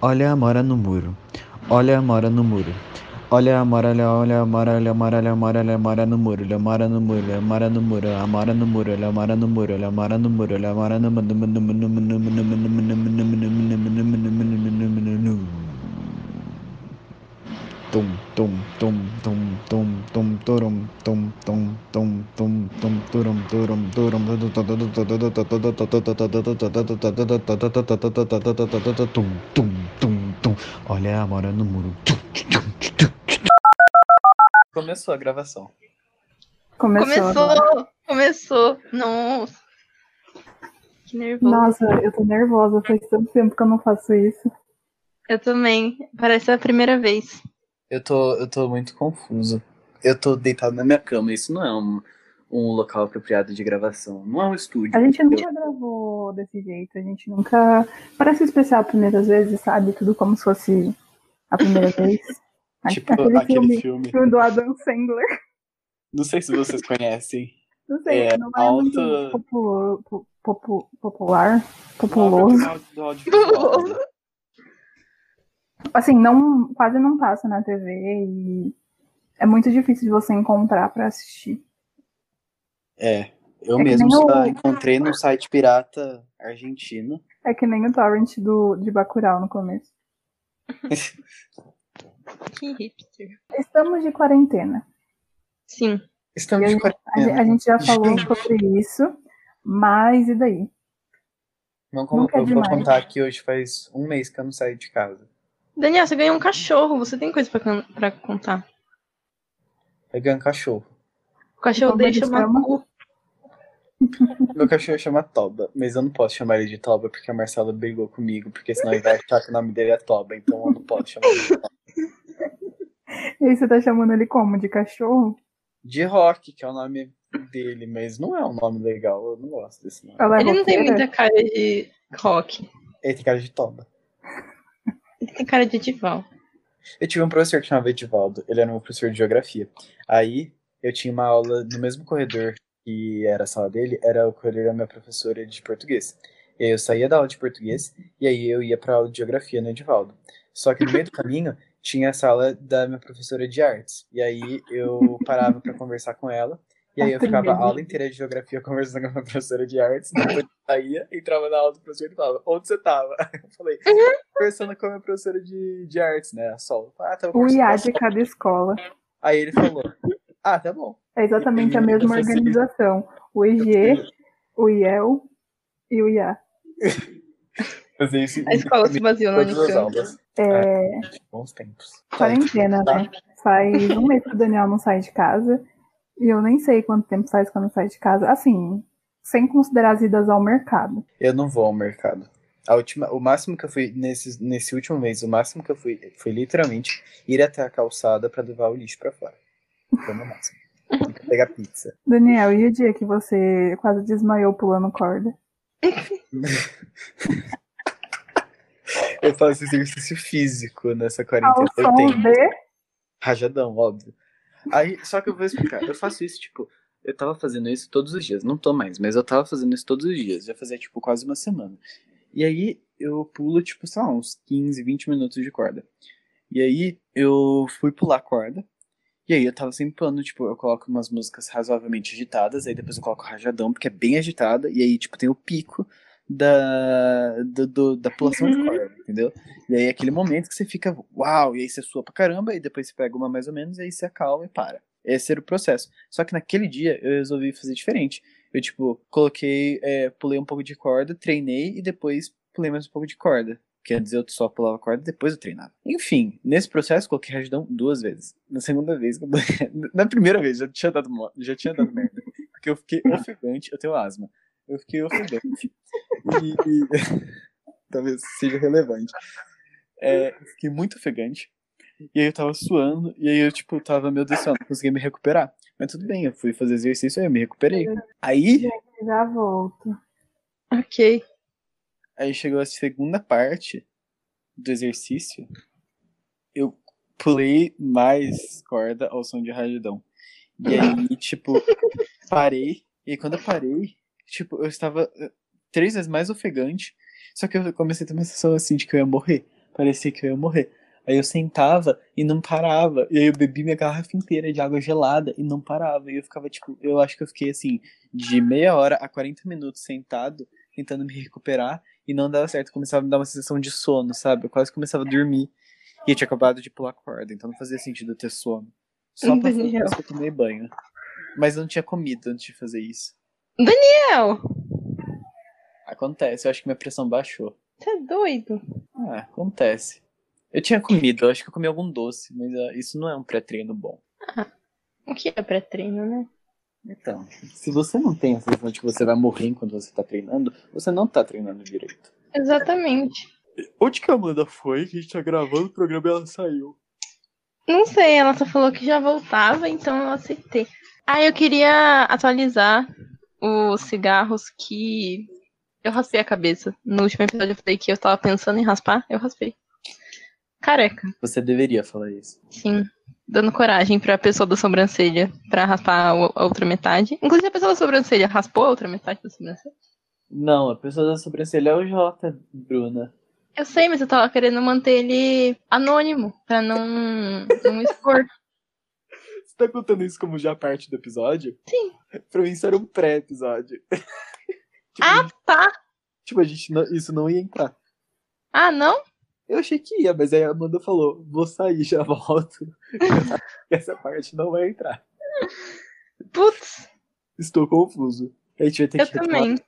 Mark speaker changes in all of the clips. Speaker 1: Olha a mora no muro. Olha a mora no muro. Olha a mora, olha, olha a mora, olha a mora, olha a mora, olha a mora no muro, olha a mora no muro, olha a mora no muro, olha a mora no muro, olha a mora no muro, olha a mora no muro, olha a mora no muro, olha a mora no muro, olha a mora no muro. Tum, tum, tum, tum, tum, tum, turum, tum, tum, tum, tum, tum, turum, turum, turum, tum, tum, tum, tum. Olha a mora no muro. Tum, tum, tum, tum.
Speaker 2: Começou a gravação.
Speaker 3: Começou.
Speaker 4: Começou, começou. Nossa. Que nervoso.
Speaker 3: Nossa, eu tô nervosa. Faz tanto tempo que eu não faço isso.
Speaker 4: Eu também. Parece a primeira vez.
Speaker 2: Eu tô, eu tô muito confuso. Eu tô deitado na minha cama. Isso não é um, um local apropriado de gravação. Não é um estúdio.
Speaker 3: A gente
Speaker 2: entendeu?
Speaker 3: nunca gravou desse jeito. A gente nunca. Parece o especial primeiras vezes, sabe? Tudo como se fosse a primeira vez. A-
Speaker 2: Tipo
Speaker 3: aquele, filme,
Speaker 2: filme.
Speaker 3: filme do Adam Sandler.
Speaker 2: Não sei se vocês conhecem.
Speaker 3: Não sei,
Speaker 2: É,
Speaker 3: não é muito
Speaker 2: alta-
Speaker 3: populo- po- popu- popular, populoso.
Speaker 2: Do audiovisual, né?
Speaker 3: Assim, não, quase não passa na TV e é muito difícil de você encontrar pra assistir.
Speaker 2: É. Eu
Speaker 3: É que
Speaker 2: mesmo
Speaker 3: nem
Speaker 2: só
Speaker 3: o-
Speaker 2: encontrei num site pirata argentino.
Speaker 3: É que nem o torrent do, de Bacurau no começo.
Speaker 4: Que hipster.
Speaker 3: Estamos de quarentena.
Speaker 4: Sim.
Speaker 2: Estamos de
Speaker 3: A, gen-
Speaker 2: quarentena.
Speaker 3: a É. gente já falou sobre isso, mas e daí?
Speaker 2: Não, como,
Speaker 3: nunca é
Speaker 2: eu vou
Speaker 3: demais.
Speaker 2: contar que hoje faz um mês que eu não saio de casa.
Speaker 4: Daniel, você ganhou um cachorro. Você tem coisa pra, can- pra contar.
Speaker 2: Peguei um cachorro.
Speaker 4: O cachorro
Speaker 3: Como
Speaker 4: dele
Speaker 3: ele
Speaker 4: chama
Speaker 3: chama?
Speaker 4: Gu.
Speaker 2: Meu cachorro chama Toba, mas eu não posso chamar ele de Toba porque a Marcela brigou comigo, porque senão ele vai achar que o nome dele é Toba, então eu não posso chamar ele de Toba.
Speaker 3: E aí você tá chamando ele como? De cachorro?
Speaker 2: de Rock, que é o nome dele, mas não é um nome legal, eu não gosto desse nome.
Speaker 3: Ela é
Speaker 4: Ele não tem
Speaker 3: roqueira?
Speaker 4: muita cara de rock.
Speaker 2: Ele tem cara é de Toba.
Speaker 4: Ele tem cara de Edival.
Speaker 2: Eu tive um professor que chamava Edivaldo, ele era meu professor de geografia. Aí eu tinha uma aula no mesmo corredor que era a sala dele, era o corredor da minha professora de português. E aí eu saía da aula de português e aí eu ia pra aula de geografia no Edivaldo. Só que no meio do caminho tinha a sala da minha professora de artes. E aí eu parava pra conversar com ela. E aí eu ficava a aula inteira de geografia conversando com a minha professora de artes. Depois eu saía, entrava na aula do professor e falava, onde você tava? Eu falei, conversando com a minha professora de, de artes, né? A Sol. Ah, tava
Speaker 3: O
Speaker 2: conversando com a
Speaker 3: IA
Speaker 2: Sol.
Speaker 3: de cada escola.
Speaker 2: Aí ele falou: Ah, tá bom.
Speaker 3: É exatamente a mesma
Speaker 2: Eu sei.
Speaker 3: organização. O IG, o IEL e o IA.
Speaker 2: Fazer isso em
Speaker 4: A escola se baseou na
Speaker 2: todas as
Speaker 4: Unicamp.
Speaker 2: aulas.
Speaker 3: É
Speaker 2: Bons tempos. Tá, tipo,
Speaker 3: quarentena, né? Faz um mês que o Daniel não sai de casa. E eu nem sei quanto tempo faz quando sai de casa. Assim, sem considerar as idas ao mercado.
Speaker 2: Eu não vou ao mercado. A última, o máximo que eu fui nesse, nesse último mês, o máximo que eu fui foi literalmente ir até a calçada pra levar o lixo pra fora. Foi no máximo. Tem que Pegar pizza.
Speaker 3: Daniel, e o dia que você quase desmaiou pulando corda?
Speaker 2: Eu faço exercício físico nessa
Speaker 3: Ao
Speaker 2: quarentena. Eu
Speaker 3: som
Speaker 2: tenho.
Speaker 3: de
Speaker 2: Rajadão, óbvio. Aí, só que eu vou explicar. Eu faço isso, tipo, eu tava fazendo isso todos os dias. Não tô mais, mas eu tava fazendo isso todos os dias. Já fazia, tipo, quase uma semana. E aí eu pulo, tipo, sei lá, uns 15, 20 minutos de corda. E aí eu fui pular a corda. E aí eu tava sempre pulando, tipo, eu coloco umas músicas razoavelmente agitadas, aí depois eu coloco rajadão, porque é bem agitada, e aí, tipo, tem o pico da, do- do- da pulação de corda, entendeu? E aí é aquele momento que você fica, uau, e aí você sua pra caramba, e depois você pega uma mais ou menos, e aí você acalma e para. Esse era o processo. Só que naquele dia eu resolvi fazer diferente. Eu, tipo, coloquei, é, pulei um pouco de corda, treinei e depois pulei mais um pouco de corda. Quer dizer, eu só pulava corda depois eu treinava. Enfim, nesse processo coloquei rajadão duas vezes. Na segunda vez, quando- na primeira vez já tinha dado, mo- já tinha dado merda. Porque eu fiquei ofegante, eu tenho asma. Eu fiquei ofegante. E talvez seja relevante. É, eu fiquei muito ofegante. E aí eu tava suando, e aí eu, tipo, tava, meu Deus do céu, não consegui me recuperar. Mas tudo bem, eu fui fazer exercício, aí eu me recuperei. Aí,
Speaker 3: Já volto.
Speaker 4: Ok.
Speaker 2: aí chegou a segunda parte do exercício, eu pulei mais corda ao som de rajadão. E aí, tipo, parei, e aí quando eu parei, tipo, eu estava eh, três vezes mais ofegante, só que eu comecei a ter uma sensação, assim, de que eu ia morrer. Parecia que eu ia morrer. Aí eu sentava e não parava. E aí eu bebi minha garrafa inteira de água gelada e não parava. E eu ficava, tipo, eu acho que eu fiquei assim, de meia hora a 40 minutos sentado, tentando me recuperar, e não dava certo. Começava a me dar uma sensação de sono, sabe? Eu quase começava a dormir. E eu tinha acabado de pular corda, então não fazia sentido eu ter sono. Só pra
Speaker 4: Entendeu.
Speaker 2: depois que eu tomei banho. Mas eu não tinha comido antes de fazer isso.
Speaker 4: Léo,
Speaker 2: Acontece, eu acho que minha pressão baixou.
Speaker 4: você é doido.
Speaker 2: Ah, acontece. Eu tinha comido, eu acho que eu comi algum doce, mas ah, isso não é um pré-treino bom.
Speaker 4: O que é pré-treino, né?
Speaker 2: Então, se você não tem a sensação de que você vai morrer enquanto você tá treinando, você não tá treinando direito.
Speaker 4: Exatamente.
Speaker 2: Onde que a Amanda foi? Que a gente tá gravando o programa e ela saiu.
Speaker 4: Não sei, ela só falou que já voltava, então eu aceitei. Ah, eu queria atualizar os cigarros que eu raspei a cabeça. No último episódio eu falei que eu tava pensando em raspar, eu raspei. Careca,
Speaker 2: Você deveria falar isso.
Speaker 4: sim. Dando coragem pra pessoa da sobrancelha pra raspar a o- a outra metade. Inclusive a pessoa da sobrancelha raspou a outra metade da sobrancelha.
Speaker 2: Não, a pessoa da sobrancelha é o Jota, Bruna.
Speaker 4: Eu sei, mas eu tava querendo manter ele anônimo, pra não, não expor.
Speaker 2: Você tá contando isso como já parte do episódio?
Speaker 4: Sim.
Speaker 2: Pra mim isso era um pré-episódio.
Speaker 4: Ah, tá!
Speaker 2: Tipo, a gente não- isso não ia entrar.
Speaker 4: Ah, não?
Speaker 2: Eu achei que ia, mas aí a Amanda falou: vou sair, já volto. Essa parte não vai entrar.
Speaker 4: Putz!
Speaker 2: Estou confuso. A gente vai ter
Speaker 4: Eu
Speaker 2: que retomar.
Speaker 4: também.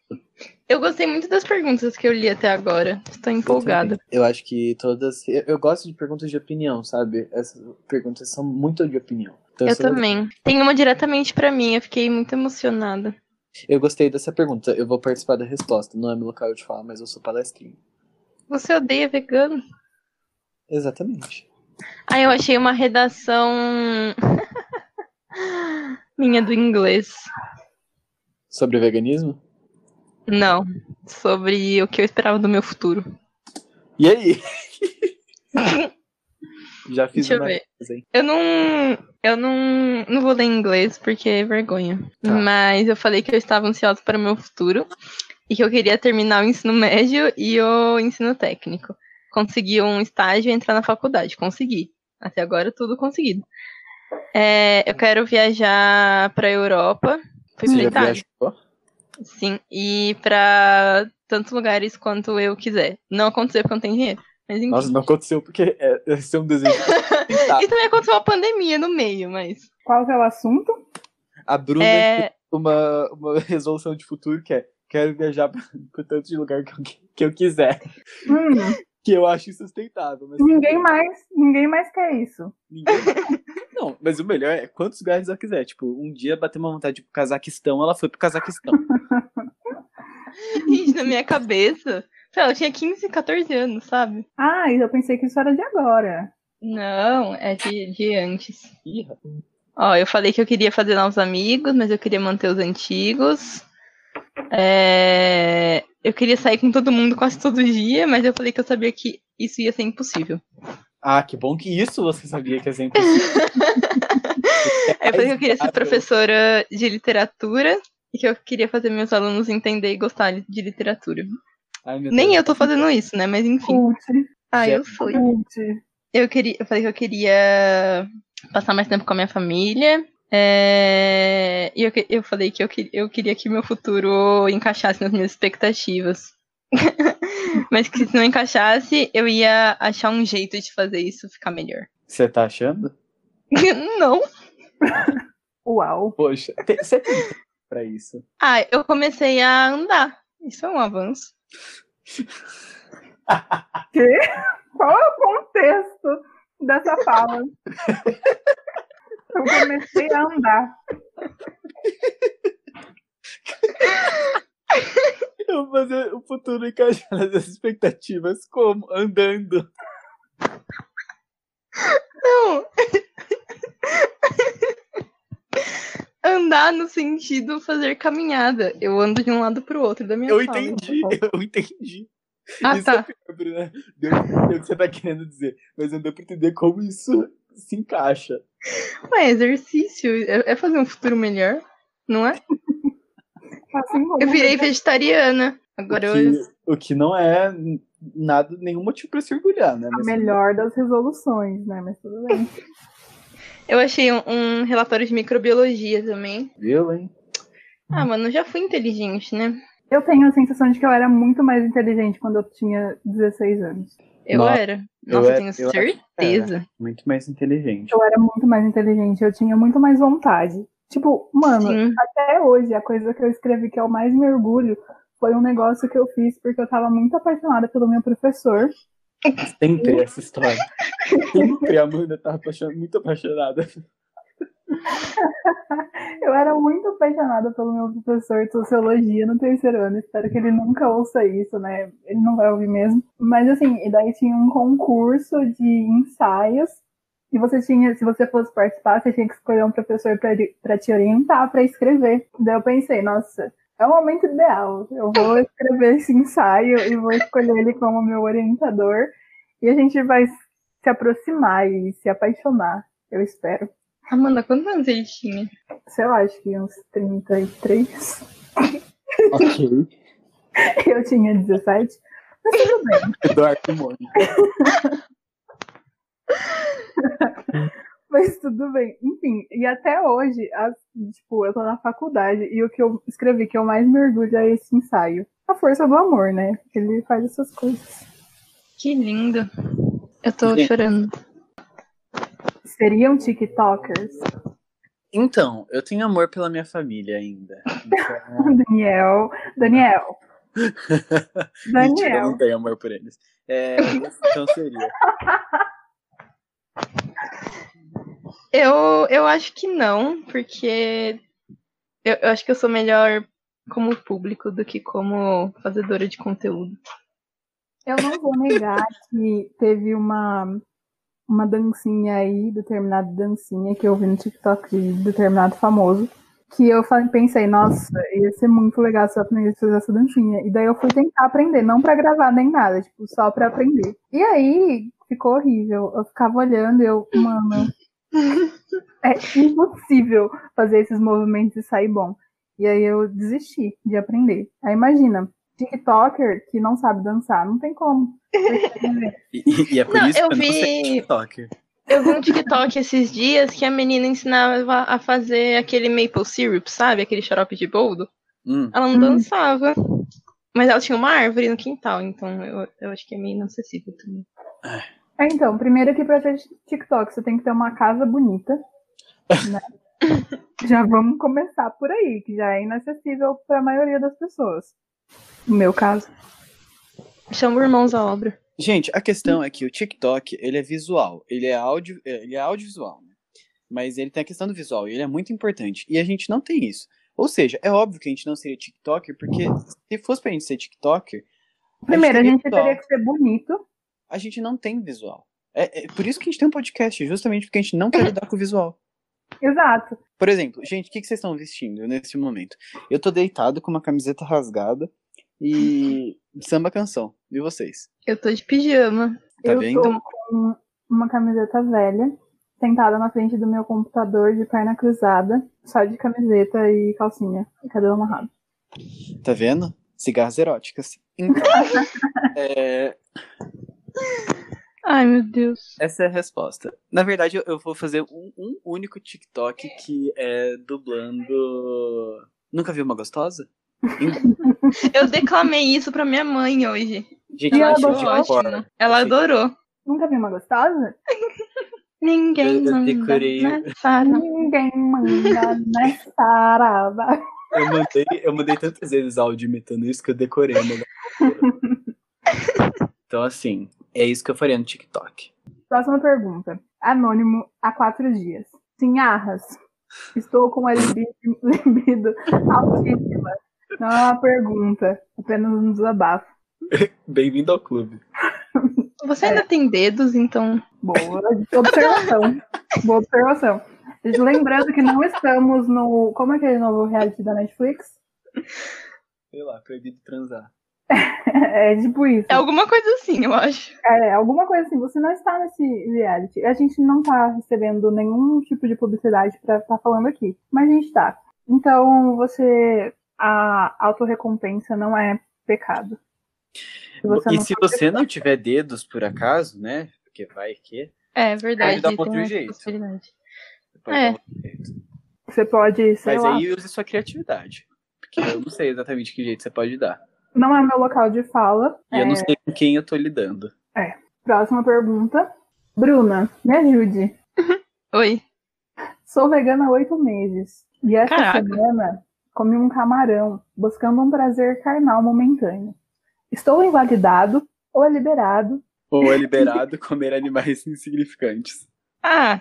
Speaker 4: Eu gostei muito das perguntas que eu li até agora. Estou empolgada.
Speaker 2: Eu acho que todas. Eu, eu gosto de perguntas de opinião, sabe? Essas perguntas são muito de opinião. Então,
Speaker 4: Eu
Speaker 2: sou-
Speaker 4: também. Tem uma diretamente pra mim, eu fiquei muito emocionada.
Speaker 2: Eu gostei dessa pergunta. Eu vou participar da resposta. Não é meu local de falar, mas eu sou palestrinho.
Speaker 4: Você odeia vegano?
Speaker 2: Exatamente.
Speaker 4: Ah, eu achei uma redação minha do inglês.
Speaker 2: Sobre veganismo?
Speaker 4: Não, sobre o que eu esperava do meu futuro.
Speaker 2: E aí? já fiz
Speaker 4: Deixa eu
Speaker 2: uma
Speaker 4: ver.
Speaker 2: coisa, hein?
Speaker 4: Eu não, eu não, não vou ler em inglês porque é vergonha.
Speaker 2: Tá.
Speaker 4: Mas eu falei que eu estava ansiosa para o meu futuro e que eu queria terminar o ensino médio e o ensino técnico. Consegui um estágio e entrar na faculdade, consegui. Até agora tudo conseguido. É, eu quero viajar para Europa, fui
Speaker 2: Você
Speaker 4: para
Speaker 2: já
Speaker 4: Itália,
Speaker 2: viajou?
Speaker 4: sim, e para tantos lugares quanto eu quiser. Não aconteceu porque eu não tenho dinheiro, mas enfim.
Speaker 2: Nossa, não aconteceu porque é, esse é um desejo. Tá.
Speaker 4: E também aconteceu uma pandemia no meio, mas
Speaker 3: Qual que é o assunto?
Speaker 2: A Bruna
Speaker 4: é,
Speaker 2: uma, uma resolução de futuro que é quero viajar pra pra tanto de lugar que eu, qui- que eu quiser.
Speaker 3: Hum,
Speaker 2: Que eu acho insustentável. Mas
Speaker 3: ninguém mais, ninguém mais quer isso.
Speaker 2: Ninguém- Não, mas o melhor é quantos lugares ela quiser. Tipo, um dia bater uma vontade de ir pro Cazaquistão, ela foi pro Cazaquistão.
Speaker 4: Gente, na minha cabeça. Sei lá, eu tinha 15, 14 anos, sabe?
Speaker 3: Ah, eu pensei que isso era de agora.
Speaker 4: Não, é de, de antes.
Speaker 2: Ih, rapaz.
Speaker 4: Ó, eu falei que eu queria fazer novos amigos, mas eu queria manter os antigos. É, Eu queria sair com todo mundo quase todo dia, mas eu falei que eu sabia que isso ia ser impossível.
Speaker 2: ah, que bom que isso você sabia que é sempre assim.
Speaker 4: Aí eu falei que eu queria ser
Speaker 2: Exato.
Speaker 4: professora de literatura e que eu queria fazer meus alunos entender e gostar de literatura.
Speaker 2: Ai, meu
Speaker 4: Nem
Speaker 2: Deus.
Speaker 4: eu tô fazendo isso, né? Mas enfim.
Speaker 3: Cult,
Speaker 4: Ah, eu fui.
Speaker 3: cult.
Speaker 4: Eu, queria, eu falei que eu queria passar mais tempo com a minha família. é, e eu, que- eu falei que eu, que- eu queria que meu futuro encaixasse nas minhas expectativas. Mas que se não encaixasse, eu ia achar um jeito de fazer isso ficar melhor.
Speaker 2: Você tá achando?
Speaker 4: não!
Speaker 3: Uau.
Speaker 2: Poxa, tem- você tem tempo pra isso.
Speaker 4: Ah, eu comecei a andar. Isso é um avanço.
Speaker 3: Qual é o contexto dessa fala? Eu comecei a andar.
Speaker 2: Eu vou fazer o futuro encaixar nas expectativas. Como? Andando.
Speaker 4: Não! Andar no sentido fazer caminhada. Eu ando de um lado pro outro da minha
Speaker 2: Eu
Speaker 4: sala.
Speaker 2: entendi, eu entendi.
Speaker 4: Ah,
Speaker 2: isso
Speaker 4: tá.
Speaker 2: é pior, Bruna. Deu pra entender o que você tá querendo dizer. Mas eu deu pra entender como isso se encaixa.
Speaker 4: Ué, exercício é é fazer um futuro melhor, não é?
Speaker 3: Assim como
Speaker 4: Eu virei vegetariana. Agora
Speaker 2: que-
Speaker 4: eu.
Speaker 2: O que não é nada, nenhum motivo pra se orgulhar, né?
Speaker 3: A
Speaker 2: Mas-
Speaker 3: melhor das resoluções, né? Mas tudo bem.
Speaker 4: Eu achei um, um relatório de microbiologia também.
Speaker 2: Viu, hein?
Speaker 4: Ah, mano, eu já fui inteligente, né?
Speaker 3: Eu tenho a sensação de que eu era muito mais inteligente quando eu tinha 16 anos.
Speaker 4: Eu
Speaker 2: Nossa,
Speaker 4: era.
Speaker 2: eu
Speaker 4: Nossa, um eu,
Speaker 2: era-
Speaker 4: tenho
Speaker 2: eu acho que
Speaker 4: certeza.
Speaker 2: Muito mais inteligente.
Speaker 3: Eu era muito mais inteligente, eu tinha muito mais vontade. Tipo, mano,
Speaker 4: Sim.
Speaker 3: até hoje, a coisa que eu escrevi que eu mais me orgulho foi um negócio que eu fiz porque eu tava muito apaixonada pelo meu professor.
Speaker 2: Sempre essa história. Sempre a Amanda tá apaixon- muito apaixonada.
Speaker 3: Eu era muito apaixonada pelo meu professor de sociologia no terceiro ano. Espero que ele nunca ouça isso, né? Ele não vai ouvir mesmo. Mas assim, e daí tinha um concurso de ensaios. E você tinha, se você fosse participar, você tinha que escolher um professor pra pra te orientar, pra escrever. Daí eu pensei, nossa, é o momento ideal. Eu vou escrever esse ensaio e vou escolher ele como meu orientador. E a gente vai se aproximar e se apaixonar, eu espero.
Speaker 4: Amanda, quantos anos ele tinha?
Speaker 3: sei lá, acho que uns 33.
Speaker 2: ok.
Speaker 3: Eu tinha 17. Mas tudo bem.
Speaker 2: Eduardo Mônica.
Speaker 3: Mas tudo bem. Enfim, e até hoje, as- tipo, eu tô na faculdade e o que eu escrevi que eu mais me orgulho é esse ensaio. A força do amor, né? Ele faz essas coisas.
Speaker 4: Que lindo. Eu tô
Speaker 2: Gente.
Speaker 4: chorando.
Speaker 3: Seriam TikTokers?
Speaker 2: Então, eu tenho amor pela minha família ainda. Então,
Speaker 3: Daniel. Daniel.
Speaker 2: mentira, eu
Speaker 3: Daniel.
Speaker 2: não tenho amor por eles. É, então seria.
Speaker 4: Eu, eu acho que não, porque eu, eu acho que eu sou melhor como público do que como fazedora de conteúdo.
Speaker 3: Eu não vou negar que teve uma, uma dancinha aí, determinada dancinha que eu vi no TikTok de determinado famoso, que eu fa- pensei, nossa, ia ser muito legal se eu aprendesse a fazer essa dancinha. E daí eu fui tentar aprender, não pra gravar nem nada, tipo, só pra aprender. E aí ficou horrível. Eu ficava olhando e eu, mano, é impossível fazer esses movimentos e sair bom. E aí eu desisti de aprender. Aí imagina, TikToker que não sabe dançar, não tem como.
Speaker 2: E, e- e é por
Speaker 4: Não,
Speaker 2: isso que
Speaker 4: eu
Speaker 2: eu não
Speaker 4: vi-
Speaker 2: sei TikTok.
Speaker 4: Eu vi um TikTok esses dias que a menina ensinava a fazer aquele maple syrup, sabe? Aquele xarope de boldo.
Speaker 2: Hum,
Speaker 4: Ela não
Speaker 3: Hum.
Speaker 4: dançava. Mas ela tinha uma árvore no quintal, então eu, eu acho que é meio inacessível também.
Speaker 3: É, Então, primeiro que pra ter TikTok você tem que ter uma casa bonita. né? já vamos começar por aí, que já é inacessível pra maioria das pessoas. No meu caso.
Speaker 4: Chama o Irmãos à Obra.
Speaker 2: Gente, a questão é que o TikTok, ele é visual, ele é áudio, é, ele é audiovisual, né? Mas ele tem a questão do visual, e ele é muito importante. E a gente não tem isso. Ou seja, é óbvio que a gente não seria TikToker, porque se fosse pra gente ser TikToker,
Speaker 3: Primeiro, a gente
Speaker 2: teria
Speaker 3: teria que ser bonito.
Speaker 2: a gente não tem visual. É, é por isso que a gente tem um podcast, justamente porque a gente não quer lidar com o visual.
Speaker 3: Exato.
Speaker 2: Por exemplo, gente, o que, que vocês estão vestindo nesse momento? Eu tô deitado com uma camiseta rasgada e samba canção. E vocês?
Speaker 4: Eu tô de pijama.
Speaker 2: Tá
Speaker 3: eu
Speaker 2: vendo?
Speaker 3: tô com uma camiseta velha, sentada na frente do meu computador de perna cruzada, só de camiseta e calcinha, e cabelo amarrado.
Speaker 2: Tá vendo? Cigarras eróticas. Então, é,
Speaker 4: Ai, meu Deus.
Speaker 2: essa é a resposta. Na verdade, eu, eu vou fazer um, um único TikTok que é dublando. Nunca viu uma gostosa? Hum,
Speaker 4: Eu declamei isso pra minha mãe hoje.
Speaker 2: Gente,
Speaker 3: E
Speaker 2: eu
Speaker 3: ela
Speaker 2: achei
Speaker 4: Achou
Speaker 3: gostou?
Speaker 2: de fora.
Speaker 3: né?
Speaker 4: ótimo. Ela
Speaker 2: Achei-
Speaker 4: adorou.
Speaker 3: Nunca vi uma gostosa?
Speaker 4: Ninguém
Speaker 2: Eu- eu
Speaker 4: manda
Speaker 2: decorei.
Speaker 4: na sala.
Speaker 3: Ninguém manda nessa araba.
Speaker 2: Eu mandei, eu mandei tantas vezes áudio imitando isso que eu decorei. né? Então, assim, é isso que eu faria no TikTok.
Speaker 3: Próxima pergunta. Anônimo há quatro dias. Sinharras, estou com uma libi- libido altíssima. Não é uma pergunta, apenas um desabafo.
Speaker 2: Bem-vindo ao clube.
Speaker 4: Você ainda tem dedos, então.
Speaker 3: Boa observação. Boa observação. Lembrando que não estamos no. Como é aquele novo reality da Netflix?
Speaker 2: Sei lá, proibido transar.
Speaker 3: É tipo isso.
Speaker 4: É alguma coisa assim, eu acho.
Speaker 3: É, alguma coisa assim, você não está nesse reality. A gente não tá recebendo nenhum tipo de publicidade pra estar falando tá. aqui, mas a gente tá. Então, você. A autorrecompensa não é pecado. Se
Speaker 2: e
Speaker 3: não
Speaker 2: se
Speaker 3: for
Speaker 2: você não tiver dedos, por acaso, né? Porque vai que.
Speaker 4: É verdade.
Speaker 2: Pode dar
Speaker 4: tem
Speaker 2: outro
Speaker 4: essa
Speaker 2: jeito.
Speaker 4: possibilidade.
Speaker 2: pode
Speaker 4: É.
Speaker 2: dar um jeito.
Speaker 3: Você pode, sei
Speaker 2: Mas
Speaker 3: lá,
Speaker 2: aí use sua criatividade. Porque eu não sei exatamente que jeito você pode dar.
Speaker 3: não é meu local de fala.
Speaker 2: E eu
Speaker 3: É,
Speaker 2: não sei com quem eu tô lidando.
Speaker 3: Próxima pergunta. Bruna, me ajude.
Speaker 4: Oi.
Speaker 3: Sou vegana há oito meses. E essa
Speaker 4: Caraca.
Speaker 3: semana comi um camarão, buscando um prazer carnal momentâneo. Estou invalidado ou é liberado?
Speaker 2: Ou é liberado comer animais insignificantes.
Speaker 4: Ah,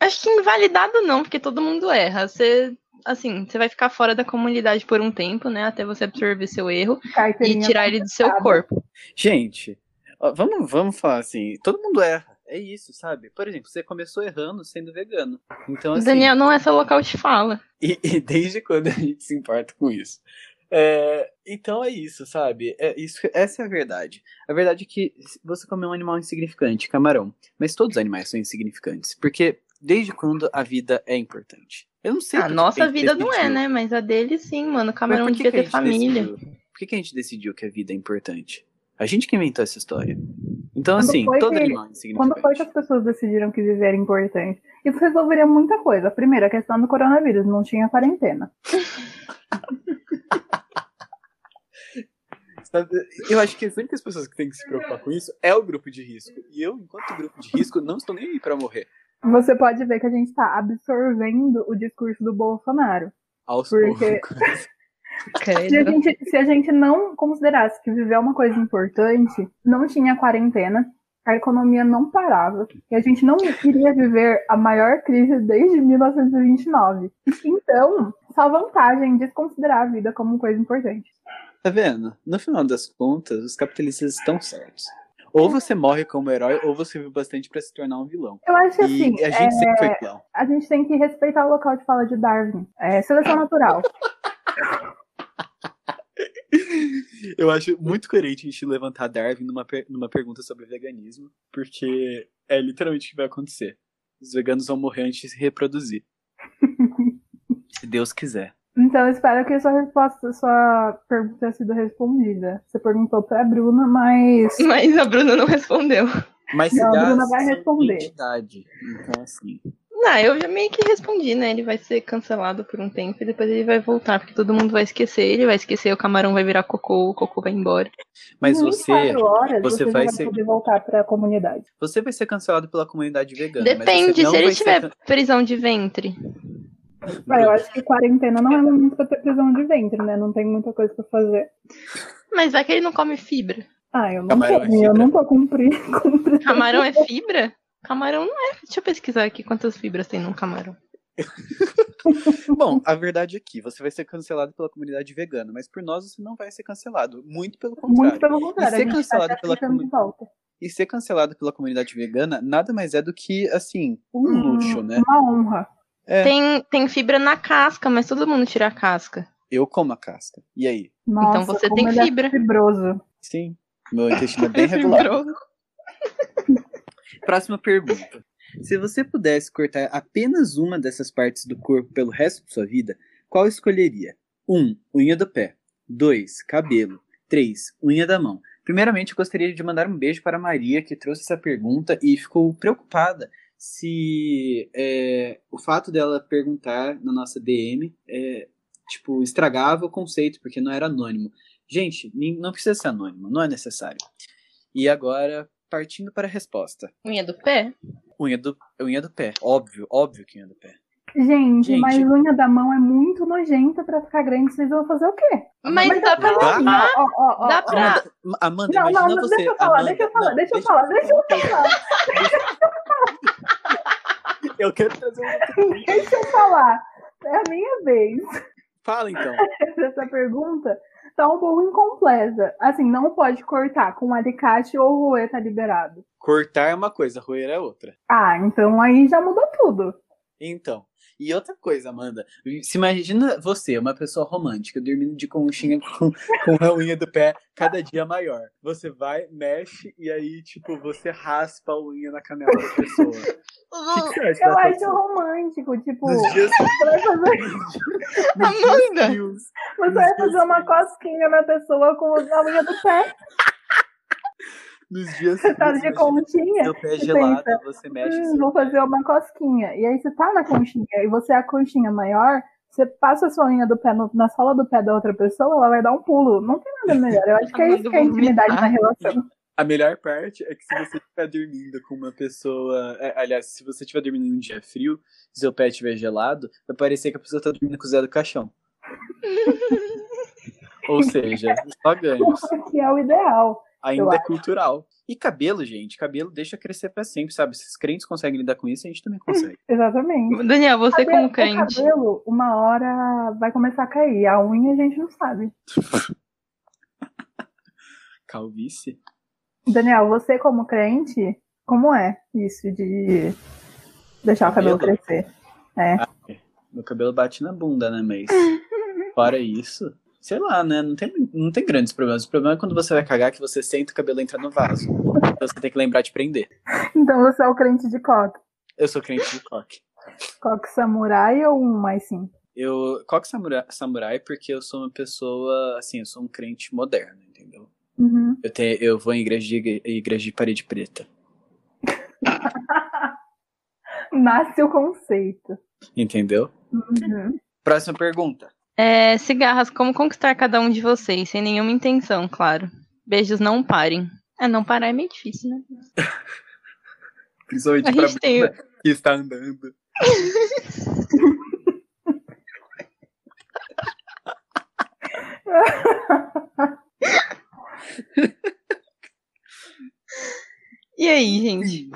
Speaker 4: acho que invalidado não, porque todo mundo erra. Você, assim, você vai ficar fora da comunidade por um tempo, né? Até você absorver seu erro e
Speaker 3: Carteirinha
Speaker 4: tirar ele do seu
Speaker 3: contestada.
Speaker 4: corpo.
Speaker 2: Gente, ó, vamos, vamos falar assim: todo mundo erra. É isso, sabe? Por exemplo, você começou errando sendo vegano. Então, assim.
Speaker 4: Daniel, não é seu local de fala.
Speaker 2: E, e desde quando a gente se importa com isso? É, então é isso, sabe? É isso, essa é a verdade. A verdade é que você comeu um animal insignificante, camarão. Mas todos os animais são insignificantes. Porque desde quando a vida é importante? Eu não sei.
Speaker 4: A
Speaker 2: por que
Speaker 4: Ah, nossa
Speaker 2: a gente
Speaker 4: vida não é,
Speaker 2: decidiu.
Speaker 4: né? Mas a dele sim, mano. O
Speaker 2: Mas
Speaker 4: Camarão
Speaker 2: por que
Speaker 4: devia
Speaker 2: que a
Speaker 4: ter
Speaker 2: gente
Speaker 4: família.
Speaker 2: decidiu- Por que, que a gente decidiu que a vida é importante? A gente que inventou essa história. Então,
Speaker 3: Quando
Speaker 2: assim,
Speaker 3: foi
Speaker 2: todo
Speaker 3: que-
Speaker 2: animal é
Speaker 3: Quando
Speaker 2: insignificante.
Speaker 3: foi que as pessoas decidiram que viver era importante? Isso resolveria muita coisa. Primeiro, a questão do coronavírus, não tinha quarentena.
Speaker 2: Sabe, Eu acho que as únicas pessoas que têm que se preocupar com isso é o grupo de risco. E eu, enquanto grupo de risco, não estou nem aí pra morrer.
Speaker 3: Você pode ver que a gente está absorvendo o discurso do Bolsonaro.
Speaker 2: Aos
Speaker 3: Porque-
Speaker 2: poucos.
Speaker 3: Se a,
Speaker 4: Credo.
Speaker 3: gente, se a gente não considerasse que viver é uma coisa importante, não tinha quarentena, a economia não parava, e a gente não iria viver a maior crise desde 1929. Então, só vantagem desconsiderar a vida como coisa importante.
Speaker 2: Tá vendo? No final das contas, os capitalistas estão certos. Ou você morre como herói, ou você vive bastante pra se tornar um vilão.
Speaker 3: Eu acho que assim,
Speaker 2: E a gente sempre foi vilão.
Speaker 3: a gente tem que respeitar o local de fala de Darwin. É, seleção natural.
Speaker 2: Eu acho muito coerente a gente levantar Darwin numa, per- numa pergunta sobre veganismo, porque é literalmente o que vai acontecer. Os veganos vão morrer antes de se reproduzir. se Deus quiser.
Speaker 3: Então, espero que sua resposta, sua pergunta tenha sido respondida. Você perguntou pra Bruna, mas
Speaker 4: Mas a Bruna não respondeu.
Speaker 2: Mas
Speaker 3: Não, a
Speaker 2: gás
Speaker 3: Bruna vai
Speaker 2: são
Speaker 3: responder.
Speaker 2: Entidade. Então, assim.
Speaker 4: Não, eu já meio que respondi, né? Ele vai ser cancelado por um tempo e depois ele vai voltar, porque todo mundo vai esquecer. Ele vai esquecer, o camarão vai virar cocô, o cocô vai embora.
Speaker 2: Mas
Speaker 3: em
Speaker 2: você,
Speaker 3: 24 horas,
Speaker 2: você
Speaker 3: você, não
Speaker 2: vai
Speaker 3: vai
Speaker 2: ser-
Speaker 3: poder voltar pra comunidade.
Speaker 2: você vai ser cancelado pela comunidade vegana. mas você
Speaker 4: Depende,
Speaker 2: não
Speaker 4: se ele
Speaker 2: vai ser
Speaker 4: tiver
Speaker 2: can-
Speaker 4: prisão de ventre.
Speaker 3: Mas eu acho que quarentena não é momento pra ter prisão de ventre, né? Não tem muita coisa pra fazer.
Speaker 4: Mas vai que ele não come fibra.
Speaker 3: Ah, eu não
Speaker 2: Camarão é
Speaker 3: tenho, eu
Speaker 2: fibra.
Speaker 3: não tô cumprindo. cumprindo.
Speaker 4: Camarão é fibra? Camarão não é. Deixa eu pesquisar aqui quantas fibras tem num camarão.
Speaker 2: Bom, a verdade é que você vai ser cancelado pela comunidade vegana, mas por nós você não vai ser cancelado. Muito pelo contrário.
Speaker 3: Muito pelo
Speaker 2: E
Speaker 3: contrário, a
Speaker 2: ser
Speaker 3: gente
Speaker 2: cancelado
Speaker 3: tá te
Speaker 2: pela
Speaker 3: aceitando de
Speaker 2: comu-
Speaker 3: volta.
Speaker 2: E ser cancelado pela comunidade vegana nada mais é do que, assim, um
Speaker 3: Hum,
Speaker 2: luxo, né?
Speaker 3: Uma honra.
Speaker 2: É.
Speaker 4: Tem, tem fibra na casca, mas todo mundo tira a casca.
Speaker 2: Eu como a casca. E aí?
Speaker 3: Nossa,
Speaker 4: Então você
Speaker 3: como
Speaker 4: tem
Speaker 3: ele é
Speaker 4: fibra.
Speaker 3: fibroso.
Speaker 2: Sim. Meu intestino é bem regular. Próxima pergunta. Se você pudesse cortar apenas uma dessas partes do corpo pelo resto de sua vida, qual escolheria? 1. Um, unha do pé. 2. Cabelo. 3. Unha da mão. Primeiramente, eu gostaria de mandar um beijo para a Maria, que trouxe essa pergunta e ficou preocupada se é, o fato dela perguntar na nossa DM é, tipo, estragava o conceito, porque não era anônimo. Gente, nin- não precisa ser anônimo, não é necessário. E agora, partindo para a resposta.
Speaker 4: Unha do pé?
Speaker 2: Unha do, unha do pé. Óbvio, óbvio que unha do pé.
Speaker 3: Gente,
Speaker 2: Gente.
Speaker 3: mas unha da mão é muito nojenta pra ficar grande, vocês vão fazer o quê?
Speaker 4: Mas
Speaker 3: Mas é assim,
Speaker 4: dá pra
Speaker 2: dá pra-
Speaker 4: lavar.
Speaker 3: Ó, ó, ó,
Speaker 4: Dá
Speaker 3: ó.
Speaker 4: pra- Ah.
Speaker 2: Amanda, M- Amanda,
Speaker 3: Não,
Speaker 2: imagina
Speaker 3: não, não,
Speaker 2: você.
Speaker 3: deixa eu falar,
Speaker 2: Amanda,
Speaker 3: deixa eu falar,
Speaker 2: não,
Speaker 3: deixa eu falar, deixa eu falar.
Speaker 2: Eu quero trazer um.
Speaker 3: Deixa eu falar. É a minha vez.
Speaker 2: Fala então.
Speaker 3: Essa pergunta tá um pouco incompleta. Assim, não pode cortar com alicate ou roer tá liberado.
Speaker 2: Cortar é uma coisa, roer é outra.
Speaker 3: Ah, então aí já mudou tudo.
Speaker 2: Então. E outra coisa, Amanda, se imagina você, uma pessoa romântica, dormindo de conchinha com, com a unha do pé cada dia maior. Você vai, mexe e aí, tipo, você raspa a unha na canela da pessoa. O que, que você acha
Speaker 3: Eu
Speaker 2: da
Speaker 3: acho
Speaker 2: pessoa?
Speaker 3: romântico, tipo,
Speaker 2: Nos dias,
Speaker 3: vai fazer-
Speaker 2: nos dias
Speaker 4: Amanda!
Speaker 2: frios.
Speaker 3: você vai fazer uma cosquinha na pessoa com a unha do pé,
Speaker 2: Nos dias
Speaker 3: você tá de
Speaker 2: frios,
Speaker 3: continha.
Speaker 2: Seu pé
Speaker 3: Você
Speaker 2: gelado, você mexe.
Speaker 3: Hum, vou fazer uma cosquinha. E aí você tá na conchinha e você é a conchinha maior, você passa a sua unha do pé no- na sola do pé da outra pessoa, ela vai dar um pulo. Não tem nada melhor. Eu acho que é isso que é intimidade na relação.
Speaker 2: A melhor parte é que se você estiver dormindo com uma pessoa. é, aliás, se você estiver dormindo em um dia frio, e seu pé estiver gelado, vai parecer que a pessoa tá dormindo com o Zé do Caixão. Ou seja, só ganhos.
Speaker 3: Que é o ideal. Eu
Speaker 2: Ainda é cultural. E cabelo, gente. Cabelo deixa crescer pra sempre, sabe? Se os crentes conseguem lidar com isso, a gente também consegue.
Speaker 3: Exatamente.
Speaker 4: Daniel, você
Speaker 3: Cabelo-
Speaker 4: como crente.
Speaker 3: O cabelo, uma hora vai começar a cair. A unha a gente não sabe.
Speaker 2: Calvície.
Speaker 3: Daniel, você como crente, como é isso de deixar o cabelo
Speaker 2: Cabelo?
Speaker 3: crescer?
Speaker 2: Meu cabelo bate na bunda, né? Mas. Fora isso. Sei lá, né? Não tem, não tem grandes problemas. O problema é quando você vai cagar que você senta e o cabelo entra no vaso. Então você tem que lembrar de prender.
Speaker 3: Então você é o crente de coque.
Speaker 2: Eu sou crente de coque.
Speaker 3: Coque samurai ou um mais sim?
Speaker 2: Eu coque samura- samurai porque eu sou uma pessoa, assim, eu sou um crente moderno, entendeu?
Speaker 3: Uhum.
Speaker 2: Eu, te, eu vou em igreja de, igre- igreja de parede preta,
Speaker 3: Nasce o conceito.
Speaker 2: entendeu?
Speaker 3: Uhum.
Speaker 2: Próxima pergunta.
Speaker 4: É, cigarras, como conquistar cada um de vocês, sem nenhuma intenção, claro. Beijos não parem. É, não parar é meio difícil, né?
Speaker 2: Principalmente
Speaker 4: A
Speaker 2: pra
Speaker 4: gente tem-
Speaker 2: banda que está andando.
Speaker 4: E aí, gente?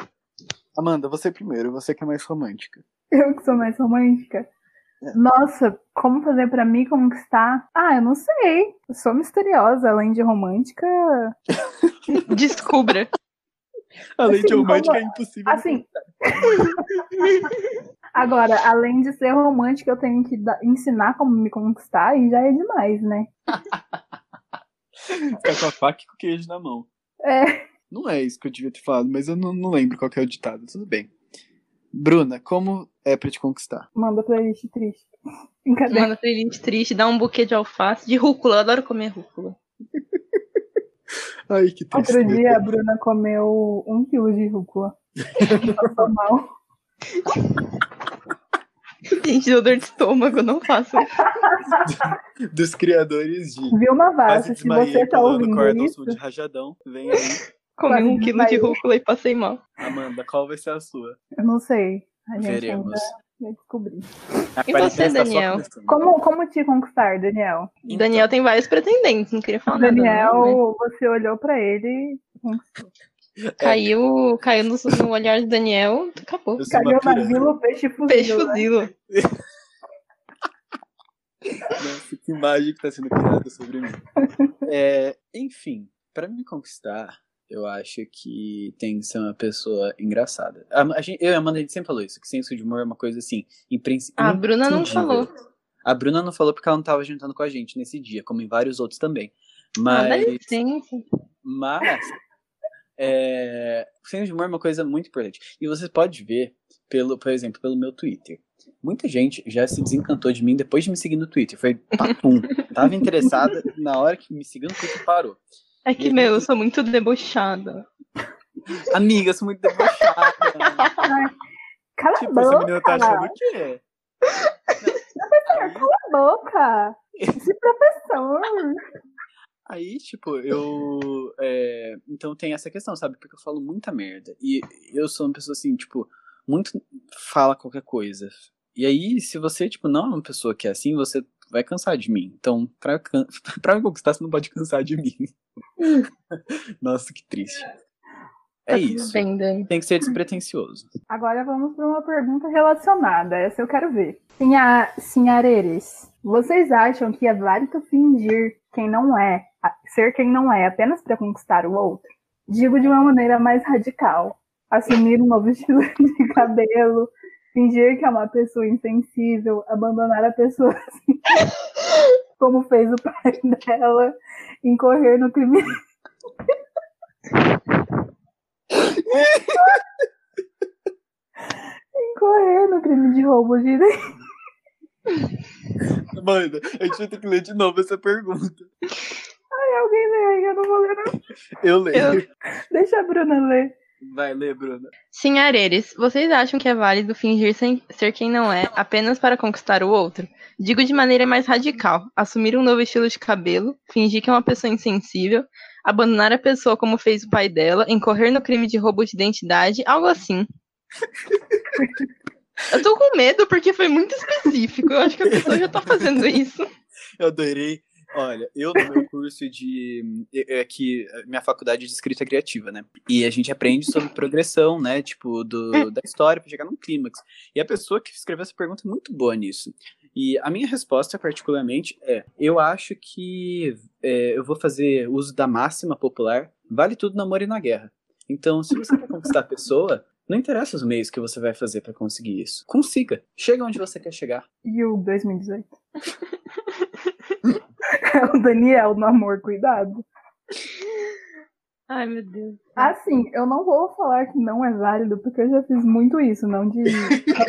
Speaker 2: Amanda, você primeiro, você que é mais romântica.
Speaker 3: Eu que sou mais romântica. Nossa, como fazer pra me conquistar? Ah, eu não sei. Eu sou misteriosa, além de romântica.
Speaker 4: Descubra.
Speaker 2: Além de
Speaker 3: Assim,
Speaker 2: romântica,
Speaker 3: como-
Speaker 2: é impossível.
Speaker 3: Assim. Agora, além de ser romântica, eu tenho que da- ensinar como me conquistar e já é demais, né?
Speaker 2: ficar É com a faca e com o queijo na mão.
Speaker 3: É.
Speaker 2: Não é isso que eu devia ter falado, mas eu não, não lembro qual que é o ditado. Tudo bem. Bruna, como é pra te conquistar?
Speaker 3: Manda playlist triste. Brincadeira.
Speaker 4: Manda playlist triste, dá um buquê de alface, de rúcula. Eu adoro comer rúcula.
Speaker 2: Ai, que tristeza.
Speaker 3: Outro dia a Bruna comeu um quilo de rúcula. Passou mal.
Speaker 4: Gente, deu dor de estômago, eu não faço.
Speaker 2: Dos criadores de
Speaker 3: Viu uma
Speaker 2: Quase
Speaker 3: vaza. Se você
Speaker 2: desmaiei
Speaker 3: tá
Speaker 2: pulando corda
Speaker 3: ouvindo
Speaker 2: ao som
Speaker 3: isso,
Speaker 2: de rajadão. Vem aí,
Speaker 4: Comi
Speaker 3: Quase
Speaker 4: um quilo de
Speaker 3: desmaiei.
Speaker 4: rúcula e passei mal.
Speaker 2: Amanda, qual vai ser a sua?
Speaker 3: eu não sei. A gente
Speaker 2: Veremos.
Speaker 3: ainda vai descobrir.
Speaker 2: A
Speaker 4: E
Speaker 2: quarentena
Speaker 4: você,
Speaker 2: está só
Speaker 4: Daniel?
Speaker 2: começando.
Speaker 3: Como, como te conquistar, Daniel?
Speaker 2: Então.
Speaker 4: Daniel tem vários pretendentes, não queria falar nada. não, mas
Speaker 3: Daniel, você olhou pra ele,
Speaker 4: Caiu, caiu no, no olhar do Daniel, acabou. Um
Speaker 2: Eu sou
Speaker 3: caiu
Speaker 2: uma
Speaker 3: na
Speaker 2: piranha.
Speaker 3: vila, o peixe fuzil.
Speaker 4: Peixe
Speaker 3: né?
Speaker 4: fuzilo.
Speaker 2: Nossa, que imagem que tá sendo criada sobre mim. É, enfim, pra me conquistar, eu acho que tem que ser uma pessoa engraçada. A, a gente, eu e a Amanda, a gente sempre falou isso, que senso de humor é uma coisa assim, imprens-
Speaker 4: Ah, a Bruna não
Speaker 2: imprescindível.
Speaker 4: falou.
Speaker 2: A Bruna não falou porque ela não tava jantando com a gente nesse dia, como em vários outros também.
Speaker 4: Ah,
Speaker 2: Mas...
Speaker 4: dá licença.
Speaker 2: Mas é, o senso de humor é uma coisa muito importante. E você pode ver, pelo, por exemplo, pelo meu Twitter. Muita gente já se desencantou de mim depois de me seguir no Twitter. Foi papum. Tava interessada na hora que me seguiu no Twitter parou.
Speaker 4: É que, meu, eu sou muito debochada.
Speaker 2: Amiga, eu sou muito debochada. né?
Speaker 3: Cala a
Speaker 2: tipo, essa menina
Speaker 3: boca,
Speaker 2: tá
Speaker 3: cala
Speaker 2: achando o quê?
Speaker 3: a boca. Esse professor.
Speaker 2: Aí, tipo, eu. é, então tem essa questão, sabe? Porque eu falo muita merda. E eu sou uma pessoa assim, tipo, muito fala qualquer coisa. E aí, se você, tipo, não é uma pessoa que é assim, você vai cansar de mim. Então, pra, can- pra me conquistar, você não pode cansar de mim. Nossa, que triste.
Speaker 4: Tá
Speaker 2: É
Speaker 4: tudo
Speaker 2: isso.
Speaker 4: Bem, Dani.
Speaker 2: Tem que ser despretensioso.
Speaker 3: Agora vamos para uma pergunta relacionada. Essa eu quero ver. Sinha, sinhareres, vocês acham que é válido fingir quem não é, a- ser quem não é, apenas para conquistar o outro? Digo de uma maneira mais radical. Assumir um novo estilo de cabelo, Fingir que é uma pessoa insensível, abandonar a pessoa assim, como fez o pai dela, incorrer no crime. incorrer no crime de roubo de
Speaker 2: Mano, a gente vai ter que ler de novo essa pergunta.
Speaker 3: Ai, alguém lê aí, eu não vou ler, não.
Speaker 2: Eu leio.
Speaker 3: Deixa a Bruna ler.
Speaker 2: Vai ler, Bruna.
Speaker 4: Sinhareres, vocês acham que é válido fingir sem ser quem não é apenas para conquistar o outro? Digo de maneira mais radical: assumir um novo estilo de cabelo, fingir que é uma pessoa insensível, abandonar a pessoa como fez o pai dela, incorrer no crime de roubo de identidade, algo assim. Eu tô com medo porque foi muito específico. Eu acho que a pessoa já tá fazendo isso.
Speaker 2: Eu adorei. Olha, eu no meu curso de. É é que minha faculdade é de escrita criativa, né? E a gente aprende sobre progressão, né? Tipo, do, da história pra chegar num clímax. E a pessoa que escreveu essa pergunta é muito boa nisso. E a minha resposta, particularmente, é: eu acho que é, eu vou fazer uso da máxima popular, vale tudo no amor e na guerra. Então, se você quer conquistar a pessoa, não interessa os meios que você vai fazer pra conseguir isso. Consiga. Chega onde você quer chegar.
Speaker 3: E o 2018. é o Daniel no amor, cuidado.
Speaker 4: Ai, meu Deus.
Speaker 3: Assim, eu não vou falar que não é válido, porque eu já fiz muito isso, não de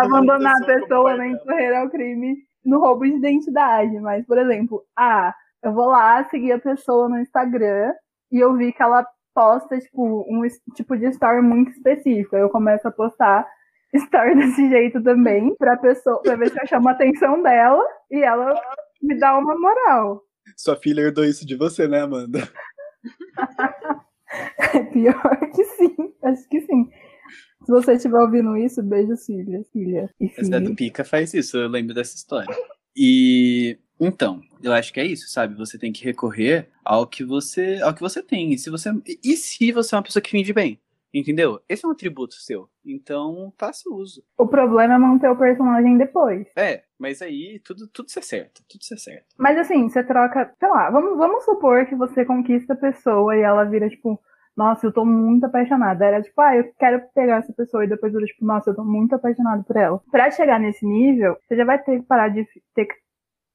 Speaker 3: abandonar Tá a pessoa né? nem correr ao crime no roubo de identidade. Mas, por exemplo, ah, eu vou lá seguir a pessoa no Instagram e eu vi que ela posta, tipo, um es- tipo de story muito específico. Aí Eu começo a postar story desse jeito também pra pessoa, pra ver se eu chamo a atenção dela e ela me dá uma moral.
Speaker 2: Sua filha herdou isso de você, né, Amanda?
Speaker 3: É pior que sim, acho que sim. Se você estiver ouvindo isso, beijo, filha, filha e
Speaker 2: Essa
Speaker 3: filho.
Speaker 2: do Pica faz isso, eu lembro dessa história. E então, eu acho que é isso, sabe? Você tem que recorrer ao que você, ao que você tem. E se você, e se você é uma pessoa que finge bem, entendeu? Esse é um atributo seu. Então, faça uso.
Speaker 3: O problema é manter o personagem depois.
Speaker 2: É, mas aí tudo tudo se acerta, tudo é se acerta.
Speaker 3: Mas assim, você troca, sei lá, vamos, vamos supor que você conquista a pessoa e ela vira, tipo, nossa, eu tô muito apaixonada. Era tipo, ah, eu quero pegar essa pessoa e depois vira, tipo, nossa, eu tô muito apaixonado por ela. Pra chegar nesse nível, você já vai ter que parar de fi- ter que-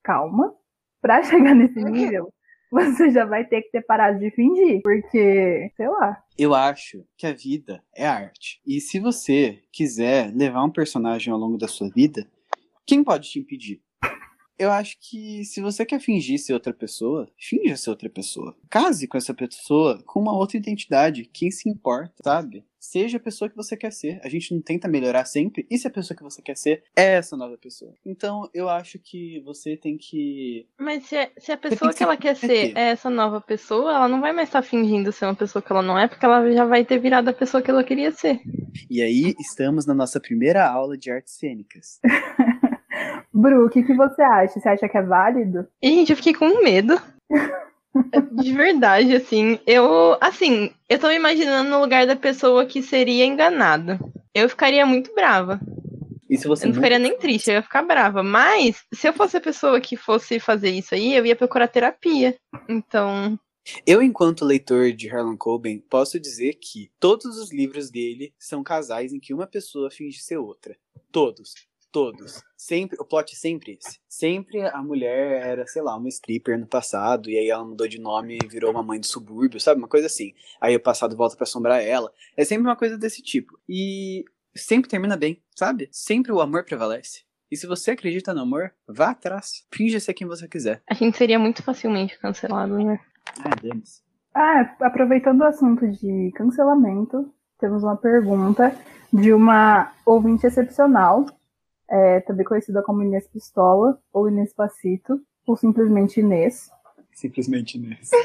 Speaker 3: calma. Pra chegar nesse nível, você já vai ter que ter parado de fingir. Porque, sei lá.
Speaker 2: Eu acho que a vida é arte. E se você quiser levar um personagem ao longo da sua vida, quem pode te impedir? Eu acho que se você quer fingir ser outra pessoa, finja ser outra pessoa. Case com essa pessoa com uma outra identidade. Quem se importa, sabe? Seja a pessoa que você quer ser. A gente não tenta melhorar sempre. E se a pessoa que você quer ser é essa nova pessoa? Então, eu acho que você tem que.
Speaker 4: Mas se, se a
Speaker 2: tem
Speaker 4: pessoa
Speaker 2: que
Speaker 4: que ela quer ser
Speaker 2: comprometer.
Speaker 4: é essa nova pessoa, ela não vai mais estar fingindo ser uma pessoa que ela não é, porque ela já vai ter virado a pessoa que ela queria ser.
Speaker 2: E aí, estamos na nossa primeira aula de artes cênicas.
Speaker 3: Bru, o que, que você acha? Você acha que é válido?
Speaker 4: E, gente, eu fiquei com medo. De verdade, assim. Eu, assim, eu tô me imaginando no lugar da pessoa que seria enganada. Eu ficaria muito brava.
Speaker 2: E se você
Speaker 4: Eu não
Speaker 2: nunca
Speaker 4: ficaria nem triste, eu ia ficar brava. Mas, se eu fosse a pessoa que fosse fazer isso aí, eu ia procurar terapia. Então,
Speaker 2: Eu, enquanto leitor de Harlan Coben, posso dizer que todos os livros dele são casais em que uma pessoa finge ser outra. Todos. Todos. Sempre, o plot é sempre esse. Sempre a mulher era, sei lá, uma stripper no passado, e aí ela mudou de nome e virou uma mãe do subúrbio, sabe? Uma coisa assim. Aí o passado volta pra assombrar ela. É sempre uma coisa desse tipo. E sempre termina bem, sabe? Sempre o amor prevalece. E se você acredita no amor, vá atrás. Finge ser quem você quiser.
Speaker 4: a gente seria muito facilmente cancelado, né?
Speaker 2: Ah, dane-se.
Speaker 3: Ah, aproveitando o assunto de cancelamento, temos uma pergunta de uma ouvinte excepcional, é, também conhecida como Inês Pistola, ou Inês Pacito, ou simplesmente Inês.
Speaker 2: Simplesmente nesse.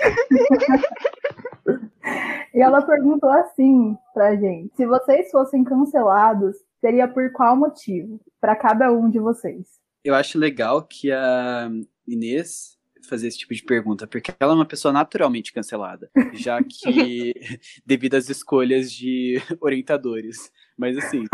Speaker 3: E ela perguntou assim pra gente: se vocês fossem cancelados, seria por qual motivo? Pra cada um de vocês.
Speaker 2: Eu acho legal que a Inês fazer esse tipo de pergunta, porque ela é uma pessoa naturalmente cancelada, já que devido às escolhas de orientadores. Mas assim,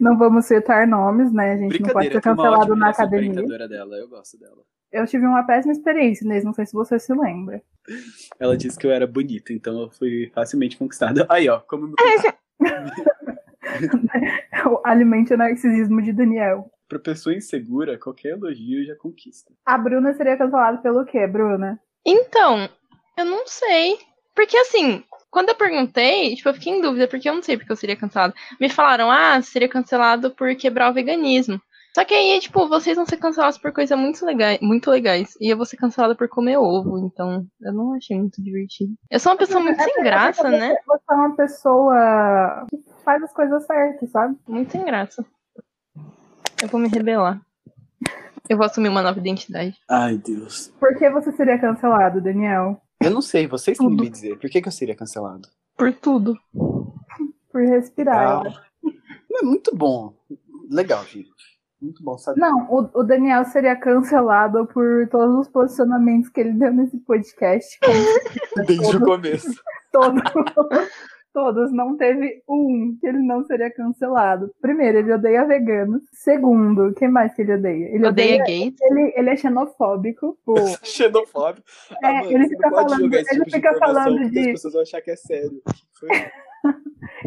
Speaker 3: Não vamos citar nomes, né? A gente não pode
Speaker 2: brincadeira,
Speaker 3: ser
Speaker 2: eu tenho uma
Speaker 3: cancelado
Speaker 2: ótima
Speaker 3: na
Speaker 2: relação com a
Speaker 3: academia.
Speaker 2: orientadora dela, eu gosto dela.
Speaker 3: Eu tive uma péssima experiência, Inês, não sei se você se lembra.
Speaker 2: Ela disse que eu era bonita, então eu fui facilmente conquistada. Aí, ó, como meu
Speaker 3: Alimente o narcisismo de Daniel.
Speaker 2: Pra pessoa insegura, qualquer elogio já conquista.
Speaker 3: A Bruna seria cancelada pelo quê, Bruna?
Speaker 4: Então, eu não sei. Porque assim, quando eu perguntei, tipo, eu fiquei em dúvida, porque eu não sei porque eu seria cancelado. Me falaram, ah, seria cancelado por quebrar o veganismo. Só que aí, tipo, vocês vão ser cancelados por coisas muito legais, muito legais. E eu vou ser cancelada por comer ovo, então eu não achei muito divertido. Eu sou uma pessoa é muito sem graça,
Speaker 3: É Você-
Speaker 4: né?
Speaker 3: Você é uma pessoa que faz as coisas certas, sabe?
Speaker 4: Muito sem graça. Eu vou me rebelar. Eu vou assumir uma nova identidade.
Speaker 2: Ai, Deus.
Speaker 3: Por que você seria cancelado, Daniel?
Speaker 2: Eu não sei, vocês têm que
Speaker 4: Tudo.
Speaker 2: me dizer. Por que, que eu seria cancelado?
Speaker 4: Por tudo.
Speaker 3: Por respirar.
Speaker 2: Ah, é muito bom. Legal, gente. Muito bom saber.
Speaker 3: Não, o, o Daniel seria cancelado por todos os posicionamentos que ele deu nesse podcast.
Speaker 2: Desde o começo.
Speaker 3: Todo, todos, não teve um que ele não seria cancelado. Primeiro, ele odeia veganos. Segundo, quem mais que ele odeia? Ele
Speaker 4: Odeia
Speaker 3: odeia.
Speaker 4: gays.
Speaker 3: Ele, ele é xenofóbico. Pô,
Speaker 2: Xenofóbico. Ah,
Speaker 3: É, ele fica falando- ele fica falando
Speaker 2: tipo porque
Speaker 3: de-
Speaker 2: As pessoas vão achar que é sério. Tipo, Foi-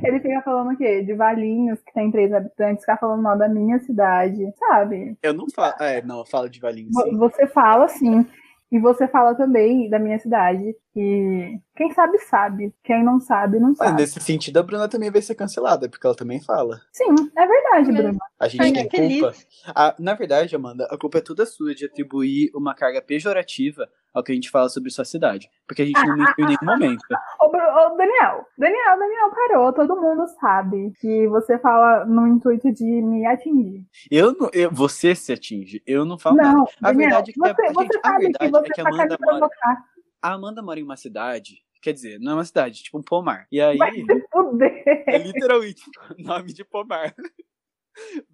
Speaker 3: ele fica falando o quê? De Valinhos, que tem três habitantes, fica falando mal da minha cidade, sabe?
Speaker 2: Eu não falo. Ah, é, não, eu falo de Valinho,
Speaker 3: Vo-
Speaker 2: sim.
Speaker 3: Você fala sim. E você fala também da minha cidade. E quem sabe, sabe. Quem não sabe, não
Speaker 2: Mas
Speaker 3: sabe.
Speaker 2: Ah, nesse sentido, a Bruna também vai ser cancelada, porque ela também fala.
Speaker 3: Sim, é verdade,
Speaker 4: Mas-
Speaker 3: Bruno.
Speaker 2: A gente
Speaker 4: Ai,
Speaker 2: tem
Speaker 4: feliz.
Speaker 2: culpa. Ah, na verdade, Amanda, a culpa é toda sua de atribuir uma carga pejorativa ao que a gente fala sobre sua cidade. Porque a gente não mentiu em nenhum momento.
Speaker 3: Ô, Bru- ô, Daniel, Daniel, Daniel, parou. Todo mundo sabe que você fala no intuito de me atingir.
Speaker 2: Eu não, eu- você se atinge. Eu não falo nada.
Speaker 3: Não,
Speaker 2: A
Speaker 3: Daniel,
Speaker 2: verdade é que a-
Speaker 3: você,
Speaker 2: gente,
Speaker 3: você
Speaker 2: a
Speaker 3: sabe que
Speaker 2: verdade
Speaker 3: você
Speaker 2: é que a
Speaker 3: tá
Speaker 2: Amanda
Speaker 3: querendo
Speaker 2: mora-
Speaker 3: provocar.
Speaker 2: A Amanda mora em uma cidade. Quer dizer, não é uma cidade, tipo um pomar. E aí.
Speaker 3: Vai se fuder.
Speaker 2: É literalmente nome de pomar.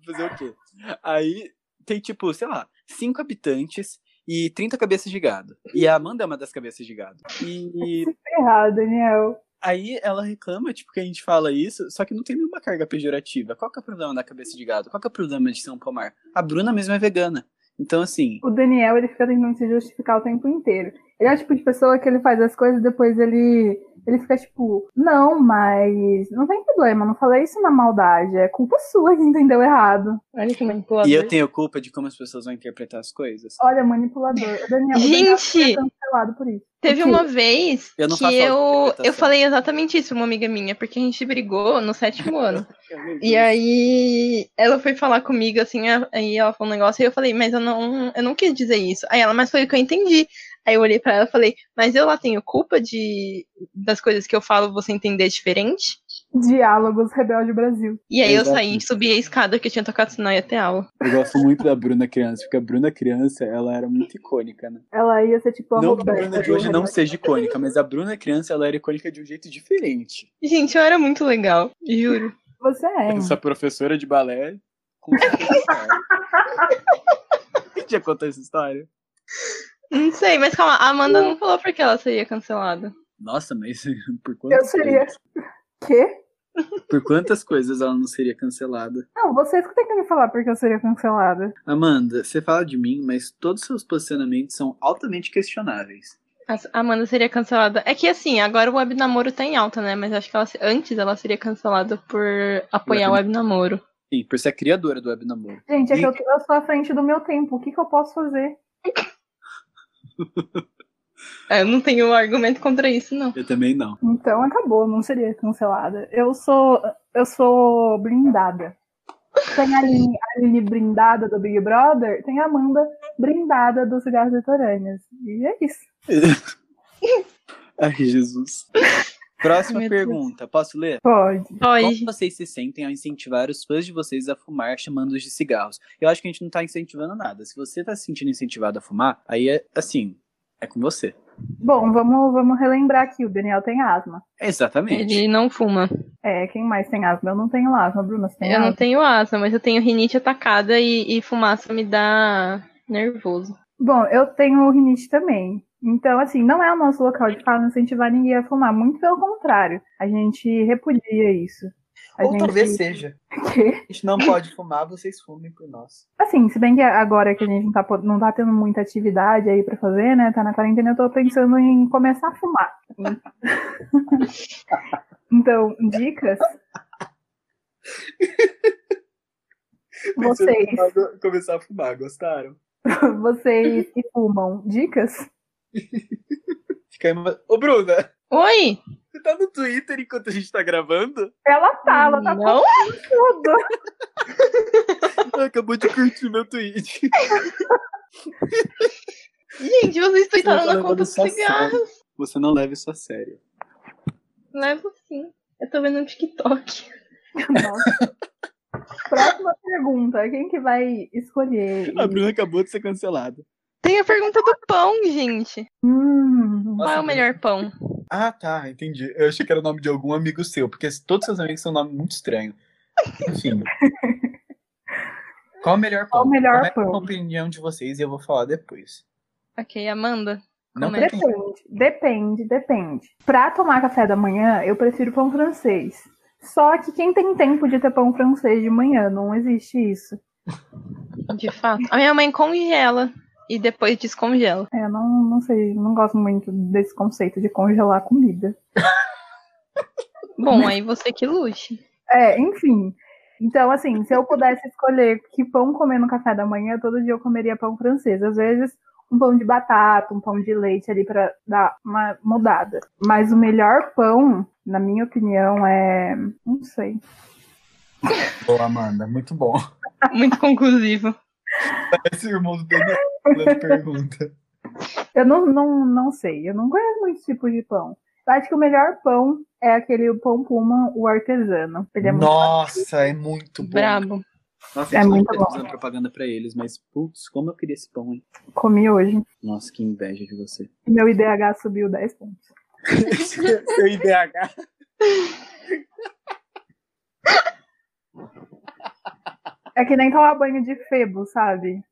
Speaker 2: Fazer o quê? Aí tem, tipo, sei lá, cinco habitantes e 30 cabeças de gado. E a Amanda é uma das cabeças de gado. E
Speaker 3: Errado, Daniel.
Speaker 2: aí ela reclama, tipo, que a gente fala isso, só que não tem nenhuma carga pejorativa. Qual que é o problema da cabeça de gado? Qual que é o problema de ser um pomar? A Bruna mesmo é vegana. Então, assim,
Speaker 3: O Daniel, ele fica tentando se justificar o tempo inteiro. Ele é o tipo de pessoa que ele faz as coisas e depois ele, ele fica tipo, não, mas não tem problema, não falei isso na maldade, é culpa sua que entendeu errado.
Speaker 4: Olha que manipulador.
Speaker 2: e eu tenho culpa de como as pessoas vão interpretar as coisas.
Speaker 3: Olha, manipulador. O Daniel, o Daniel
Speaker 4: Gente,
Speaker 3: foi cancelado por isso.
Speaker 4: Teve uma vez
Speaker 2: Eu não
Speaker 4: que
Speaker 2: faço tá
Speaker 4: eu,
Speaker 2: auto-interpretação.
Speaker 4: eu falei exatamente isso pra uma amiga minha, porque a gente brigou no sétimo ano. E
Speaker 2: Isso.
Speaker 4: aí ela foi falar comigo, assim, a- aí ela falou um negócio, e eu falei, mas eu não, eu não quis dizer isso. Aí ela, mas foi o que eu entendi. Aí eu olhei pra ela e falei, mas eu lá tenho culpa de das coisas que eu falo você entender diferente?
Speaker 3: Diálogos Rebelde Brasil.
Speaker 4: E aí eu
Speaker 2: Exato.
Speaker 4: saí, subi a escada que eu tinha tocado sinal e ia ter aula.
Speaker 2: Eu gosto muito da Bruna criança, porque a Bruna criança, ela era muito icônica, né?
Speaker 3: Ela ia ser tipo a
Speaker 2: Não que a
Speaker 3: Roberta
Speaker 2: Bruna de
Speaker 3: do
Speaker 2: hoje não
Speaker 3: Rebelde.
Speaker 2: seja icônica, mas a Bruna criança ela era icônica de um jeito diferente.
Speaker 4: Gente, eu era muito legal, juro.
Speaker 3: Você é. hein?
Speaker 2: Essa professora de balé. com certeza. Quem já contou essa história?
Speaker 4: Não sei, mas calma, a Amanda não falou porque ela seria cancelada.
Speaker 2: Nossa, mas por
Speaker 3: Eu
Speaker 2: quantas,
Speaker 3: seria.
Speaker 2: coisas,
Speaker 3: Quê?
Speaker 2: por quantas coisas ela não seria cancelada?
Speaker 3: Não, vocês que tem que me falar porque eu seria cancelada.
Speaker 2: Amanda, você fala de mim, mas todos os seus posicionamentos são altamente questionáveis.
Speaker 4: A- A Amanda seria cancelada. É que assim, agora o webnamoro tá em alta, né? Mas acho que ela, se- antes ela seria cancelada por apoiar o webnamoro.
Speaker 2: Sim, por ser a criadora do webnamoro.
Speaker 3: Gente, é que
Speaker 2: E-
Speaker 3: eu, tô- eu sou à frente do meu tempo. O que, que eu posso fazer?
Speaker 4: É, Eu não tenho argumento contra isso, não.
Speaker 2: Eu também não.
Speaker 3: Então acabou, não seria cancelada. Eu sou. Eu sou blindada. Tem a Aline, a Aline blindada do Big Brother, tem a Amanda blindada dos cigarros litorâneos. E é isso.
Speaker 2: Ai, Jesus. Próxima
Speaker 4: Ai, meu Deus.
Speaker 2: pergunta. Posso ler?
Speaker 3: Pode.
Speaker 4: Oi,
Speaker 2: Como vocês se sentem ao incentivar os fãs de vocês a fumar chamando-os de cigarros? Eu acho que a gente não tá incentivando nada. Se você tá se sentindo incentivado a fumar, aí é assim, é com você.
Speaker 3: Bom, vamos, vamos relembrar aqui, o Daniel tem asma.
Speaker 2: Exatamente.
Speaker 4: ele não fuma.
Speaker 3: É, quem mais tem asma? Eu não tenho asma, Bruna, você tem
Speaker 4: Eu não
Speaker 3: asma?
Speaker 4: tenho asa, mas eu tenho rinite atacada e, e fumaça me dá nervoso.
Speaker 3: Bom, eu tenho rinite também. Então, assim, não é o nosso local de fala incentivar ninguém a fumar. Muito pelo contrário. A gente repudia isso. A gente...
Speaker 2: seja.
Speaker 3: Quê?
Speaker 2: A gente não pode fumar, vocês fumem por nós.
Speaker 3: Assim, se bem que agora que a gente não tá, pod- não tá tendo muita atividade aí pra fazer, né? Tá na quarentena, eu tô pensando em começar a fumar. então, dicas. Vocês.
Speaker 2: Fumar, começar a fumar, gostaram?
Speaker 3: Vocês que fumam, dicas?
Speaker 2: Fica aí uma... Ô, Bruna,
Speaker 4: Oi!
Speaker 2: você tá no Twitter enquanto a gente tá gravando?
Speaker 3: Ela tá, ela tá
Speaker 4: Não?
Speaker 3: tudo.
Speaker 2: Ela Acabou de curtir meu tweet.
Speaker 4: Gente, vocês estão
Speaker 2: Você
Speaker 4: entrando
Speaker 2: não
Speaker 4: na tá conta do
Speaker 2: leva isso a
Speaker 4: cigarro.
Speaker 2: sério. Você não leva isso a sério.
Speaker 4: Levo sim. é Eu tô vendo um TikTok.
Speaker 3: Nossa. Próxima pergunta. Quem que vai escolher?
Speaker 2: A Bruna acabou de ser cancelada.
Speaker 4: Tem a pergunta do pão, gente.
Speaker 3: Hum,
Speaker 4: Qual é o melhor pão?
Speaker 2: Ah, tá, entendi. Eu achei que era o nome de algum amigo seu, porque todos seus amigos são um nome muito estranho. Enfim. Qual o melhor pão?
Speaker 3: Qual o melhor
Speaker 2: Começa
Speaker 3: pão?
Speaker 2: com é a opinião de vocês e eu vou falar depois.
Speaker 4: Ok, Amanda.
Speaker 2: Não
Speaker 4: Começa.
Speaker 2: tem-
Speaker 3: depende, depende, depende. Pra tomar café da manhã, eu prefiro pão francês. Só que quem tem tempo de ter pão francês de manhã, não existe isso.
Speaker 4: De fato. A minha mãe congela e depois descongela.
Speaker 3: É, Eu não, não sei, não gosto muito desse conceito de congelar comida.
Speaker 4: Bom, aí você que lute.
Speaker 3: É, enfim. Então, assim, se eu pudesse escolher que pão comer no café da manhã, todo dia eu comeria pão francês. Às vezes, um pão de batata, um pão de leite ali pra dar uma mudada. Mas o melhor pão, na minha opinião, é. Não sei.
Speaker 2: Boa, Amanda, muito bom.
Speaker 4: Muito conclusivo.
Speaker 2: Esse irmão do Daniel tá fazendo pergunta.
Speaker 3: Eu não, não, não sei. Eu não conheço muitos tipos de pão. Eu acho que o melhor pão é aquele pão Puma, o artesano. Ele é muito-
Speaker 2: Nossa, é muito bom.
Speaker 4: Brabo.
Speaker 2: Nossa,
Speaker 3: É
Speaker 2: a gente
Speaker 3: muito
Speaker 2: não tá
Speaker 3: bom.
Speaker 2: fazendo propaganda pra eles, mas putz, como eu queria esse pão, hein?
Speaker 3: Comi hoje.
Speaker 2: Nossa, que inveja de você.
Speaker 3: E meu IDH subiu 10 pontos.
Speaker 2: Seu IDH.
Speaker 3: É que nem tomar banho de febo, sabe?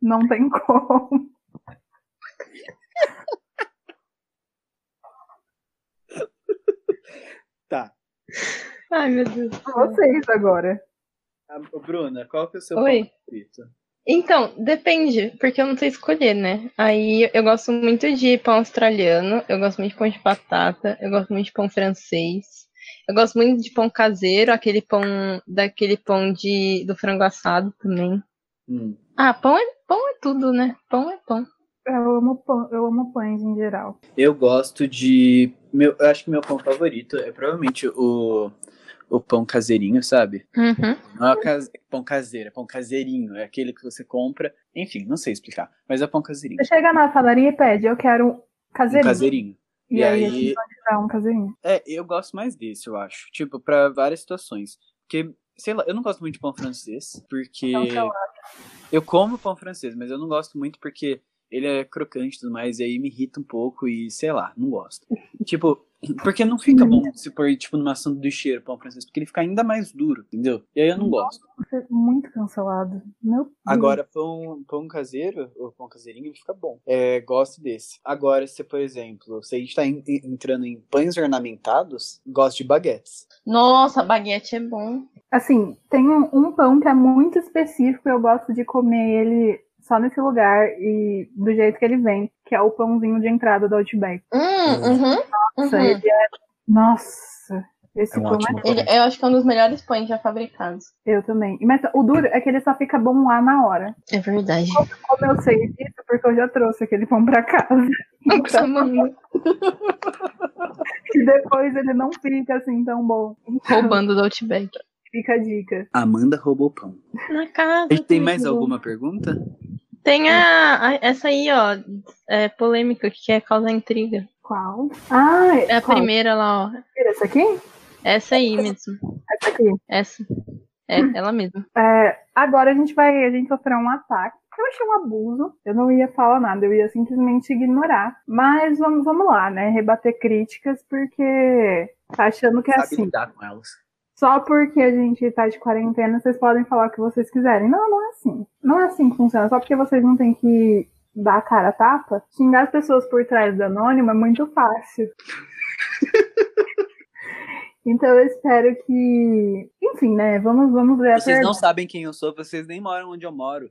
Speaker 3: Não tem como.
Speaker 2: Tá.
Speaker 4: Ai, meu Deus.
Speaker 3: Vocês agora.
Speaker 2: Ah, Bruna, qual que é o seu
Speaker 4: Oi.
Speaker 2: pão favorito?
Speaker 4: Então, depende, porque eu não sei escolher, né? Aí eu gosto muito de pão australiano, eu gosto muito de pão de batata, eu gosto muito de pão francês, eu gosto muito de pão caseiro, aquele pão daquele pão de do frango assado também.
Speaker 2: Hum.
Speaker 4: Ah, pão é pão é tudo, né? Pão é pão.
Speaker 3: Eu amo, pão, eu amo pães em geral.
Speaker 2: Eu gosto de. Meu, eu acho que meu pão favorito é provavelmente o, o pão caseirinho, sabe?
Speaker 4: Uhum.
Speaker 2: Não é o case- pão caseiro, é pão caseirinho. É aquele que você compra. Enfim, não sei explicar. Mas é pão caseirinho.
Speaker 3: Você chega na padaria e pede, eu quero um
Speaker 2: Um
Speaker 3: caseirinho.
Speaker 2: caseirinho.
Speaker 3: E,
Speaker 2: E aí-
Speaker 3: aí, a gente pode dar um caseirinho.
Speaker 2: É, eu gosto mais desse, eu acho. Tipo, pra várias situações. Porque, sei lá, eu não gosto muito de pão francês, porque.
Speaker 3: Então, sei
Speaker 2: Eu como pão francês, mas eu não gosto muito porque ele é crocante e tudo mais, e aí me irrita um pouco e, sei lá, não gosto. tipo, porque não fica bom
Speaker 3: Uhum.
Speaker 2: se pôr, tipo, numa sanduicheira pão francês, porque ele fica ainda mais duro, entendeu? E aí eu não gosto.
Speaker 3: Você é muito cancelado. Meu Deus.
Speaker 2: Agora, pão, pão caseiro, ou pão caseirinho, ele fica bom. É, gosto desse. Agora, se, por exemplo, se a gente tá en- entrando em pães ornamentados, gosto de baguetes.
Speaker 4: Nossa, baguete é bom.
Speaker 3: Assim, tem um, um pão que é muito específico, eu gosto de comer ele só nesse lugar e do jeito que ele vem, que é o pãozinho de entrada do Outback.
Speaker 4: Hum, uhum.
Speaker 3: Nossa,
Speaker 4: uhum.
Speaker 3: ele é... Nossa, esse
Speaker 2: É um
Speaker 3: pão
Speaker 2: ótimo
Speaker 3: é...
Speaker 2: pão.
Speaker 4: Ele- eu acho que é um dos melhores pães já fabricados.
Speaker 3: Eu também. Mas o duro é que ele só fica bom lá na hora.
Speaker 4: É verdade.
Speaker 3: Como eu sei disso, porque eu já trouxe aquele pão pra casa.
Speaker 4: Nossa, mano,
Speaker 3: E depois ele não fica assim tão bom.
Speaker 4: roubando do Outback.
Speaker 3: Fica a dica.
Speaker 2: Amanda roubou pão.
Speaker 4: Na casa.
Speaker 2: A gente tem mais
Speaker 4: tudo.
Speaker 2: alguma pergunta?
Speaker 4: Tem a, a- essa aí, ó, é polêmica que quer causar intriga.
Speaker 3: Qual? Ah,
Speaker 4: É a
Speaker 3: qual?
Speaker 4: primeira lá, ó.
Speaker 3: Essa aqui?
Speaker 4: Essa aí mesmo.
Speaker 3: Essa aqui.
Speaker 4: Essa. É ela mesma.
Speaker 3: É, agora a gente vai, a gente sofreu um ataque. Eu achei um abuso, eu não ia falar nada, eu ia simplesmente ignorar. Mas vamos, vamos lá, né? Rebater críticas, porque tá achando que é
Speaker 2: Sabe
Speaker 3: assim.
Speaker 2: lidar com elas.
Speaker 3: Só porque a gente tá de quarentena, vocês podem falar o que vocês quiserem. Não, não é assim. Não é assim que funciona. Só porque vocês não têm que dar a cara a tapa, xingar as pessoas por trás do anônimo é muito fácil. então eu espero que. Enfim, né? Vamos, vamos ver a
Speaker 2: Vocês
Speaker 3: pergunta.
Speaker 2: não sabem quem eu sou, vocês nem moram onde eu moro.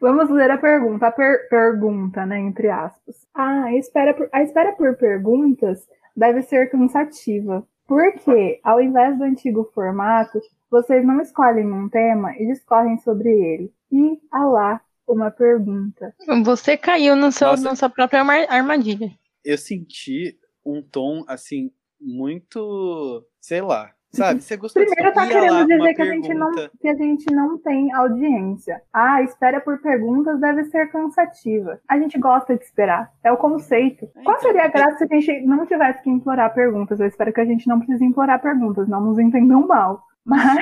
Speaker 3: Vamos ler a pergunta. A per- pergunta, né? Entre aspas. Ah, a espera por, a espera por perguntas deve ser cansativa. Porque, ao invés do antigo formato, vocês não escolhem um tema e discorrem sobre ele. E, ah lá, uma pergunta.
Speaker 4: Você caiu no seu,
Speaker 2: Nossa.
Speaker 4: na sua própria arma- armadilha.
Speaker 2: Eu senti um tom, assim, muito. Sei lá. Sabe? Você gostou
Speaker 3: Primeiro tá
Speaker 2: Ih, olha lá,
Speaker 3: querendo
Speaker 2: uma
Speaker 3: dizer que a, gente não,
Speaker 2: pergunta.
Speaker 3: que a gente não tem audiência. Ah, a espera por perguntas deve ser cansativa. A gente gosta de esperar. É o conceito.
Speaker 2: Ah,
Speaker 3: Qual
Speaker 2: então,
Speaker 3: seria a
Speaker 2: eu-
Speaker 3: graça se a gente não tivesse que implorar perguntas? Eu espero que a gente não precise implorar perguntas, não nos entendam mal. Mas.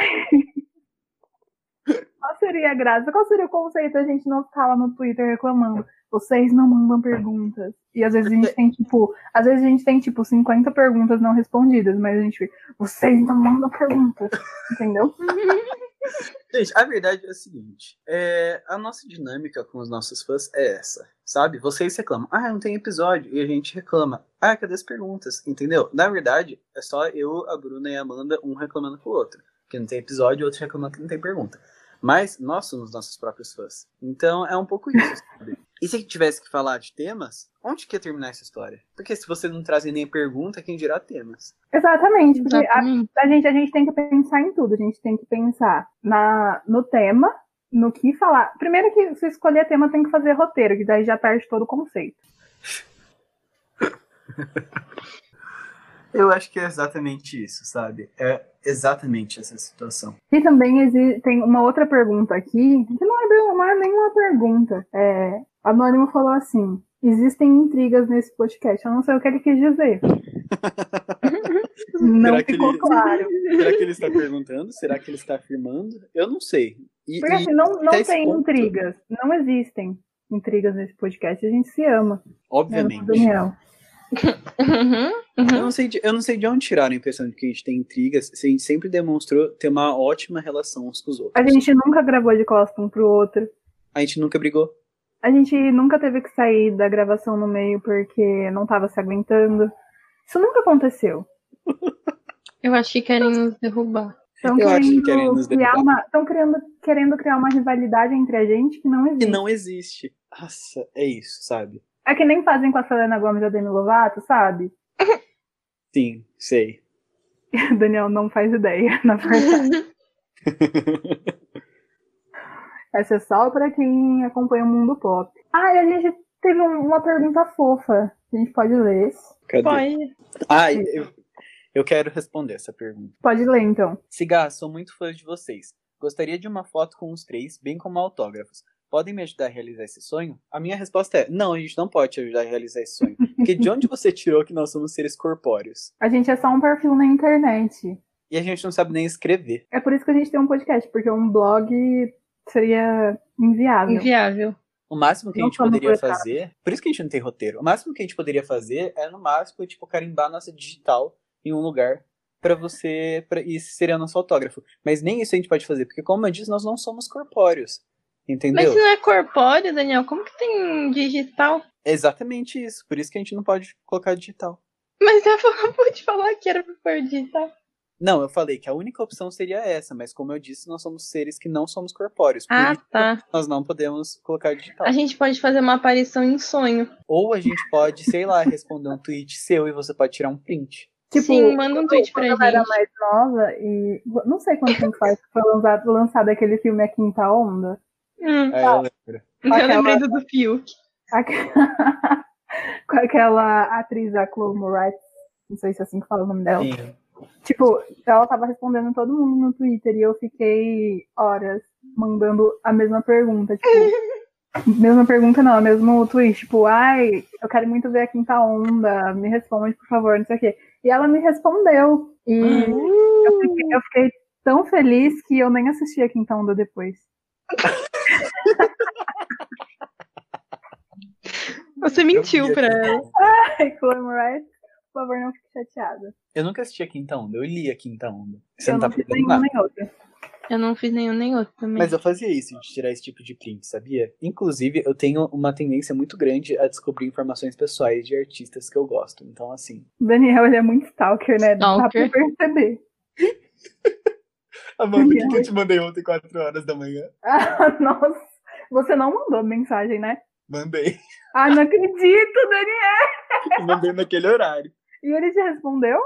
Speaker 3: Qual seria a graça? Qual seria o conceito da gente não ficar lá no Twitter reclamando? Vocês não mandam perguntas. E às vezes a gente tem, tipo, às vezes a gente tem, tipo, 50 perguntas não respondidas, mas a gente fica, vocês não mandam perguntas. Entendeu?
Speaker 2: Gente, a verdade é a seguinte: é, a nossa dinâmica com os nossos fãs é essa, sabe? Vocês reclamam, ah, não tem episódio, e a gente reclama, ah, cadê as perguntas, entendeu? Na verdade, é só eu, a Bruna e a Amanda, um reclamando pro outro, que não tem episódio, o outro reclamando que não tem pergunta. Mas nós somos nossos próprios fãs. Então é um pouco isso, sabe? E se a gente tivesse que falar de temas, onde que ia terminar essa história? Porque se vocês não trazem nem pergunta, quem dirá temas?
Speaker 3: Exatamente. porque a-
Speaker 4: Exatamente.
Speaker 3: a gente, a gente tem que pensar em tudo, a gente tem que pensar na, no tema, no que falar. Primeiro que se escolher tema tem que fazer roteiro, que daí já perde todo o conceito.
Speaker 2: Eu acho que é exatamente isso, sabe? É exatamente essa situação.
Speaker 3: E também exi- tem uma outra pergunta aqui, que não é, bem, não é nenhuma pergunta. É, Anônimo falou assim: existem intrigas nesse podcast. Eu não sei o que ele quis dizer. não
Speaker 2: Será que
Speaker 3: ficou
Speaker 2: ele-
Speaker 3: claro.
Speaker 2: Será que ele está perguntando? Será que ele está afirmando? Eu não sei. E, e-
Speaker 3: Porque assim, não,
Speaker 2: e
Speaker 3: não
Speaker 2: até esse
Speaker 3: tem
Speaker 2: ponto,
Speaker 3: intrigas. Não existem intrigas nesse podcast. A gente se ama. né,
Speaker 2: Obviamente.
Speaker 3: Daniel.
Speaker 4: Uhum,
Speaker 2: Eu
Speaker 4: uhum.
Speaker 2: não, sei de, eu não sei de onde tiraram a impressão de que a gente tem intrigas. se A gente sempre demonstrou ter uma ótima relação uns com os outros.
Speaker 3: A gente nunca gravou de costa um pro outro.
Speaker 2: A gente nunca brigou.
Speaker 3: A gente nunca teve que sair da gravação no meio porque não tava se aguentando. Isso nunca aconteceu.
Speaker 4: Eu acho que querem nos derrubar.
Speaker 3: Estão
Speaker 2: Eu acho que
Speaker 3: querendo,
Speaker 2: querem nos
Speaker 3: criar um
Speaker 2: derrubar.
Speaker 3: uma, tão criando, querendo criar uma rivalidade entre a gente que não
Speaker 2: E
Speaker 3: existe.
Speaker 2: não existe. Nossa, é isso, sabe?
Speaker 3: É que nem fazem com a Selena Gomes e a Demi Lovato, sabe?
Speaker 2: Sim, sei.
Speaker 3: O Daniel não faz ideia, na verdade. Essa é só pra quem acompanha o mundo pop. Ah, e a gente teve um- uma pergunta fofa. A gente pode ler.
Speaker 2: Cadê?
Speaker 4: Pode.
Speaker 2: Ah, eu, eu quero responder essa pergunta.
Speaker 3: Pode ler, então.
Speaker 2: Cigarra, sou muito fã de vocês. Gostaria de uma foto com os três, bem como autógrafos. Podem me ajudar a realizar esse sonho? A minha resposta é: não, a gente não pode te ajudar a realizar esse sonho. Porque de onde você tirou que nós somos seres corpóreos?
Speaker 3: A gente é só um perfil na internet.
Speaker 2: E a gente não sabe nem escrever.
Speaker 3: É por isso que a gente tem um podcast, porque um blog seria inviável.
Speaker 4: Inviável.
Speaker 2: O máximo que a
Speaker 3: Não
Speaker 2: gente
Speaker 3: somos
Speaker 2: poderia
Speaker 3: coitados.
Speaker 2: fazer. Por isso que a gente não tem roteiro. O máximo que a gente poderia fazer é, no máximo, tipo, carimbar nossa digital em um lugar pra você. Pra, e esse seria nosso autógrafo. Mas nem isso a gente pode fazer, porque, como eu disse, nós não somos corpóreos.
Speaker 4: Mas
Speaker 2: Entendeu?
Speaker 4: se não é corpóreo, Daniel, como que tem digital?
Speaker 2: É exatamente isso. Por isso que a gente não pode colocar digital.
Speaker 4: Mas eu acabou de falar que era pra tá? pôr digital.
Speaker 2: Não, eu falei que a única opção seria essa, mas como eu disse, nós somos seres que não somos corpóreos. Por
Speaker 4: Ah,
Speaker 2: isso
Speaker 4: tá.
Speaker 2: nós não podemos colocar digital.
Speaker 4: A gente pode fazer uma aparição em sonho.
Speaker 2: Ou a gente pode, sei lá, responder um tweet seu e você pode tirar um print.
Speaker 3: Tipo,
Speaker 4: Sim, manda um tweet pra
Speaker 3: quando eu era
Speaker 4: gente.
Speaker 3: mais nova e. Não sei quanto tempo faz que foi lançado, lançado aquele filme A Quinta Onda.
Speaker 4: Hum, é.
Speaker 2: É, eu lembro.
Speaker 4: eu lembrei do, do Fiuk.
Speaker 3: Aqu- Com aquela atriz, a Chloe Moretz. Não sei se é assim que fala o nome dela.
Speaker 2: Sim.
Speaker 3: Tipo, ela tava respondendo todo mundo no Twitter e eu fiquei horas mandando a mesma pergunta, tipo. Mesma pergunta não, é mesmo tweet, tipo, ai, eu quero muito ver a quinta onda, me responde, por favor, não sei o quê. E ela me respondeu. E
Speaker 2: Uhum.
Speaker 3: eu, fiquei, eu fiquei tão feliz que eu nem assisti a quinta onda depois.
Speaker 4: Você mentiu pra ela.
Speaker 3: Ai, Chloe Moretz, por favor, não fique chateada.
Speaker 2: Eu nunca assisti a Quinta Onda, eu li a Quinta Onda. Você
Speaker 3: eu
Speaker 2: não tá
Speaker 3: não fiz
Speaker 2: perdendo
Speaker 3: nenhuma
Speaker 2: nada.
Speaker 3: nem outra.
Speaker 4: Eu não fiz nenhum nem outro também.
Speaker 2: Mas eu fazia isso, de tirar esse tipo de print, sabia? Inclusive, eu tenho uma tendência muito grande a descobrir informações pessoais de artistas que eu gosto. Então, assim,
Speaker 3: O Daniel, ele é muito stalker, né? Dá pra
Speaker 4: Stalker.
Speaker 3: perceber.
Speaker 2: Amanda,
Speaker 3: o que que
Speaker 2: eu te mandei ontem, 4 horas da manhã?
Speaker 3: Ah, nossa, você não mandou mensagem, né?
Speaker 2: Mandei.
Speaker 3: Ai, não acredito, Daniel.
Speaker 2: Mandei naquele horário.
Speaker 3: E ele te respondeu?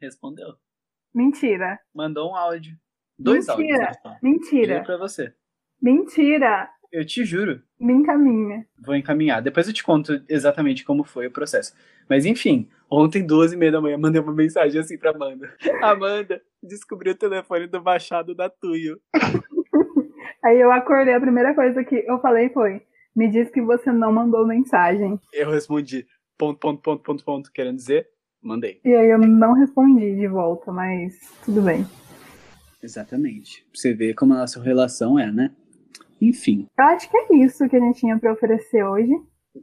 Speaker 2: Respondeu.
Speaker 3: Mentira.
Speaker 2: Mandou um áudio. Dois
Speaker 3: Mentira.
Speaker 2: áudios. né? Juro
Speaker 3: Mentira.
Speaker 2: pra você.
Speaker 3: Mentira.
Speaker 2: Eu te juro.
Speaker 3: Me encaminha.
Speaker 2: Vou encaminhar. Depois eu te conto exatamente como foi o processo. Mas enfim, ontem, 12 e meia da manhã, mandei uma mensagem assim pra Amanda. Amanda, descobri o telefone do Machado da Tuyo.
Speaker 3: Aí eu acordei, a primeira coisa que eu falei foi: me diz que você não mandou mensagem.
Speaker 2: Eu respondi, ponto, ponto, ponto, ponto, ponto, querendo dizer, mandei.
Speaker 3: E aí eu não respondi de volta, mas tudo bem.
Speaker 2: Exatamente. Pra você ver como a nossa relação é, né? Enfim.
Speaker 3: Eu acho que é isso que a gente tinha pra oferecer hoje.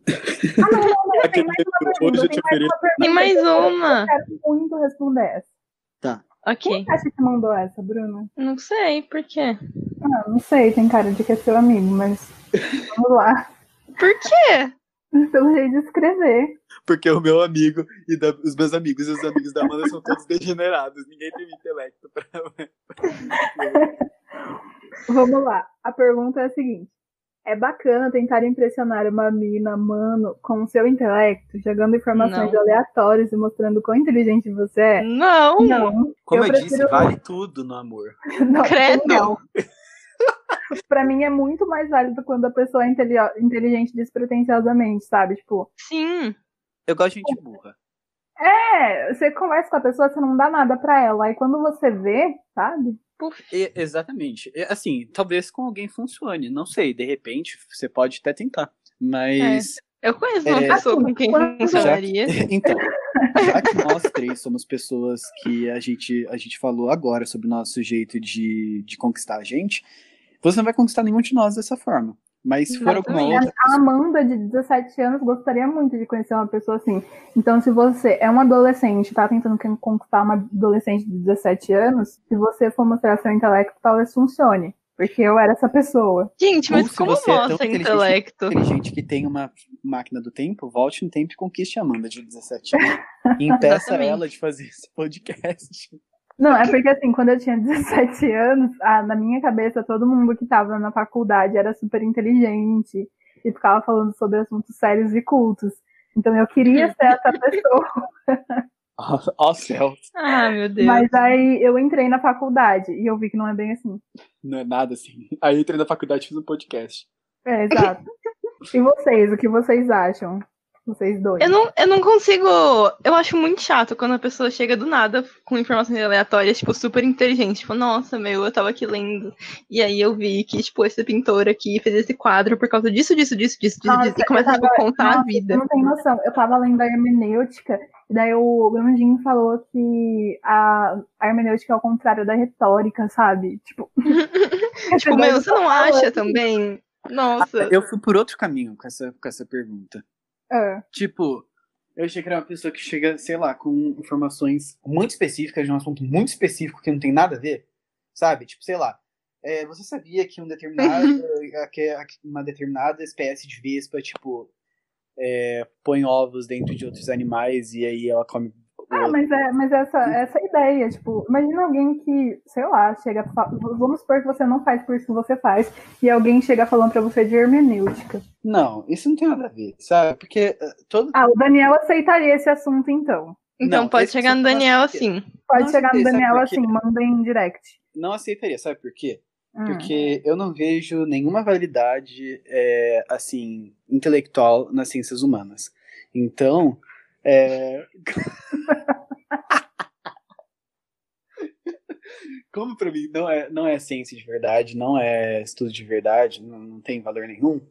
Speaker 3: Ah, não, não, não, tem mais uma pergunta.
Speaker 2: Hoje eu
Speaker 3: tem
Speaker 2: te
Speaker 3: mais
Speaker 2: ofereço.
Speaker 3: uma pergunta.
Speaker 4: Tem mais um. uma.
Speaker 3: Eu quero muito responder essa. Quem
Speaker 4: Ok.
Speaker 3: que acha que mandou essa, Bruno?
Speaker 4: Não sei por quê.
Speaker 3: Ah, não sei, tem cara de que é seu amigo, mas vamos lá.
Speaker 4: Por quê?
Speaker 3: Pelo jeito de escrever.
Speaker 2: Porque o meu amigo e da- os meus amigos e os amigos da Amanda são todos degenerados. Ninguém tem intelecto pra.
Speaker 3: Vamos lá. A pergunta é a seguinte. É bacana tentar impressionar uma mina, mano, com o seu intelecto, jogando informações
Speaker 4: Não.
Speaker 3: aleatórias e mostrando quão inteligente você é?
Speaker 4: Não.
Speaker 3: Não.
Speaker 2: Como eu,
Speaker 3: Eu
Speaker 2: disse,
Speaker 3: prefiro-
Speaker 2: vale tudo no amor.
Speaker 3: Não,
Speaker 4: Credo.
Speaker 3: não. pra mim é muito mais válido quando a pessoa é inteli- inteligente despretensiosamente, sabe? Tipo,
Speaker 4: Sim.
Speaker 2: Eu gosto de gente burra.
Speaker 3: é, você conversa com a pessoa, você não dá nada pra ela. Aí quando você vê, sabe?
Speaker 2: E- exatamente. E, assim, talvez com alguém funcione. Não sei, de repente você pode até tentar. Mas.
Speaker 4: Eu conheço uma
Speaker 2: É.
Speaker 4: pessoa com quem
Speaker 3: Quando-
Speaker 4: funcionaria.
Speaker 2: Então, já que nós três somos pessoas que a gente, a gente falou agora sobre o nosso jeito de, de conquistar a gente, você não vai conquistar nenhum de nós dessa forma. Mas se for alguma
Speaker 4: Exatamente.
Speaker 2: outra.
Speaker 3: A Amanda, de 17 anos, gostaria muito de conhecer uma pessoa assim. Então, se você é um adolescente, tá tentando con- conquistar uma adolescente de 17 anos, se você for mostrar seu intelecto, talvez funcione. Porque eu era essa pessoa.
Speaker 4: Gente,
Speaker 2: Ou
Speaker 4: mas
Speaker 2: se
Speaker 4: como
Speaker 2: você é tão
Speaker 4: mostra
Speaker 2: inteligente-
Speaker 4: intelecto?
Speaker 2: inteligente que tem uma máquina do tempo, volte no tempo e conquiste a Amanda de 17 anos. E impeça
Speaker 4: Exatamente.
Speaker 2: ela de fazer esse podcast.
Speaker 3: Não, é porque assim, quando eu tinha 17 anos, ah, na minha cabeça, todo mundo que tava na faculdade era super inteligente e ficava falando sobre assuntos sérios e cultos. Então eu queria ser essa pessoa.
Speaker 2: Ó ó céu,
Speaker 4: Ah, meu Deus.
Speaker 3: Mas aí eu entrei na faculdade e eu vi que não é bem assim.
Speaker 2: não é nada assim. Aí eu entrei na faculdade e fiz um podcast.
Speaker 3: É, exato. E vocês, o que vocês acham? Vocês dois.
Speaker 4: Eu não, eu não consigo. Eu acho muito chato quando a pessoa chega do nada com informações aleatórias, tipo, super inteligente. Tipo, nossa, meu, eu tava aqui lendo. E aí eu vi que, tipo, esse pintor aqui fez esse quadro por causa disso, disso, disso, disso, disso,
Speaker 3: Nossa,
Speaker 4: disso. E começa
Speaker 3: eu
Speaker 4: tipo,
Speaker 3: tava-
Speaker 4: a contar a
Speaker 3: Nossa,
Speaker 4: vida.
Speaker 3: Eu não tenho noção. Eu tava lendo a hermenêutica, e daí o Grandinho falou que a, a hermenêutica é o contrário da retórica, sabe? Tipo,
Speaker 4: Tipo, meu, você não acha também? Nossa.
Speaker 2: Eu fui por outro caminho com essa, com essa pergunta.
Speaker 3: É.
Speaker 2: Tipo, eu achei que era uma pessoa que chega, sei lá, com informações muito específicas de um assunto muito específico que não tem nada a ver, sabe? Tipo, sei lá, é, você sabia que um determinado, que uma determinada espécie de vespa, tipo, é, põe ovos dentro de outros animais e aí ela come. o
Speaker 3: Ah,
Speaker 2: outro?
Speaker 3: mas é, mas é essa, é essa ideia, tipo, imagina alguém que, sei lá, chega, pra fa- vamos supor que você não faz por isso que você faz, e alguém chega falando pra você de hermenêutica.
Speaker 2: Não, isso não tem nada a ver, sabe? Porque eh, todo.
Speaker 3: Ah, o Daniel aceitaria esse assunto então.
Speaker 4: Então
Speaker 2: não,
Speaker 4: pode
Speaker 2: esse-
Speaker 4: chegar no Daniel assim.
Speaker 3: Pode
Speaker 2: Não
Speaker 3: chegar no
Speaker 2: sei, sabe
Speaker 3: Daniel
Speaker 2: por quê?
Speaker 3: assim, manda em direct.
Speaker 2: Não aceitaria, sabe por quê?
Speaker 3: Hum.
Speaker 2: Porque eu não vejo nenhuma validade, é, assim, intelectual nas ciências humanas. Então, é... como pra mim não é, não é ciência de verdade, não é estudo de verdade, não, não tem valor nenhum,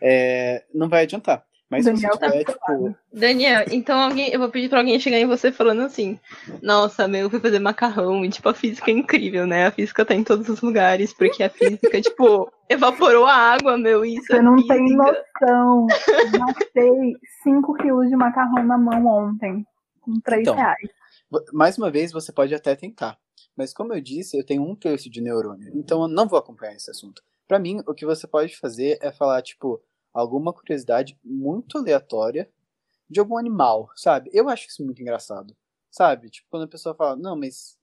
Speaker 2: é, não vai adiantar. Mas se você
Speaker 3: Daniel tá
Speaker 2: tiver, tipo,
Speaker 4: Daniel, então alguém, eu vou pedir pra alguém chegar em você falando assim: Nossa, meu, eu fui fazer macarrão e, tipo, a física é incrível, né? A física tá em todos os lugares, porque a física, tipo, evaporou a água, meu, isso.
Speaker 3: Você
Speaker 4: é
Speaker 3: não
Speaker 4: física.
Speaker 3: tem noção. Matei 5 quilos de macarrão na mão ontem. Com 3
Speaker 2: Então.
Speaker 3: reais.
Speaker 2: vo- mais uma vez, você pode até tentar. Mas como eu disse, eu tenho um terço de neurônio, então eu não vou acompanhar esse assunto. Pra mim, o que você pode fazer é falar, tipo, alguma curiosidade muito aleatória de algum animal, sabe? Eu acho isso muito engraçado, sabe? Tipo, quando a pessoa fala, não, mas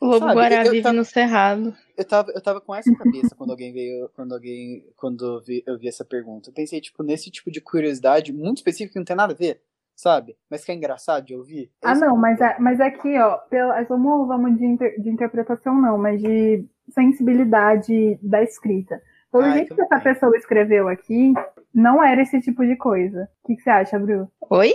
Speaker 4: O Lobo
Speaker 2: Sabe,
Speaker 4: Guará
Speaker 2: eu
Speaker 4: vive
Speaker 2: tava-
Speaker 4: no Cerrado.
Speaker 2: Eu tava, eu tava com essa cabeça quando alguém veio. Quando alguém. Quando eu vi, eu vi essa pergunta. Eu pensei, tipo, nesse tipo de curiosidade muito específica que não tem nada a ver, sabe? Mas que é engraçado de ouvir.
Speaker 3: Ah, não, mas, a- mas aqui, ó, pela, é, vamos, vamos de, inter- de interpretação, não, mas de sensibilidade da escrita. Pelo
Speaker 2: Ah,
Speaker 3: jeito
Speaker 2: então
Speaker 3: que essa
Speaker 2: tá.
Speaker 3: pessoa escreveu aqui, não era esse tipo de coisa. O que, que você acha, Bru?
Speaker 4: Oi?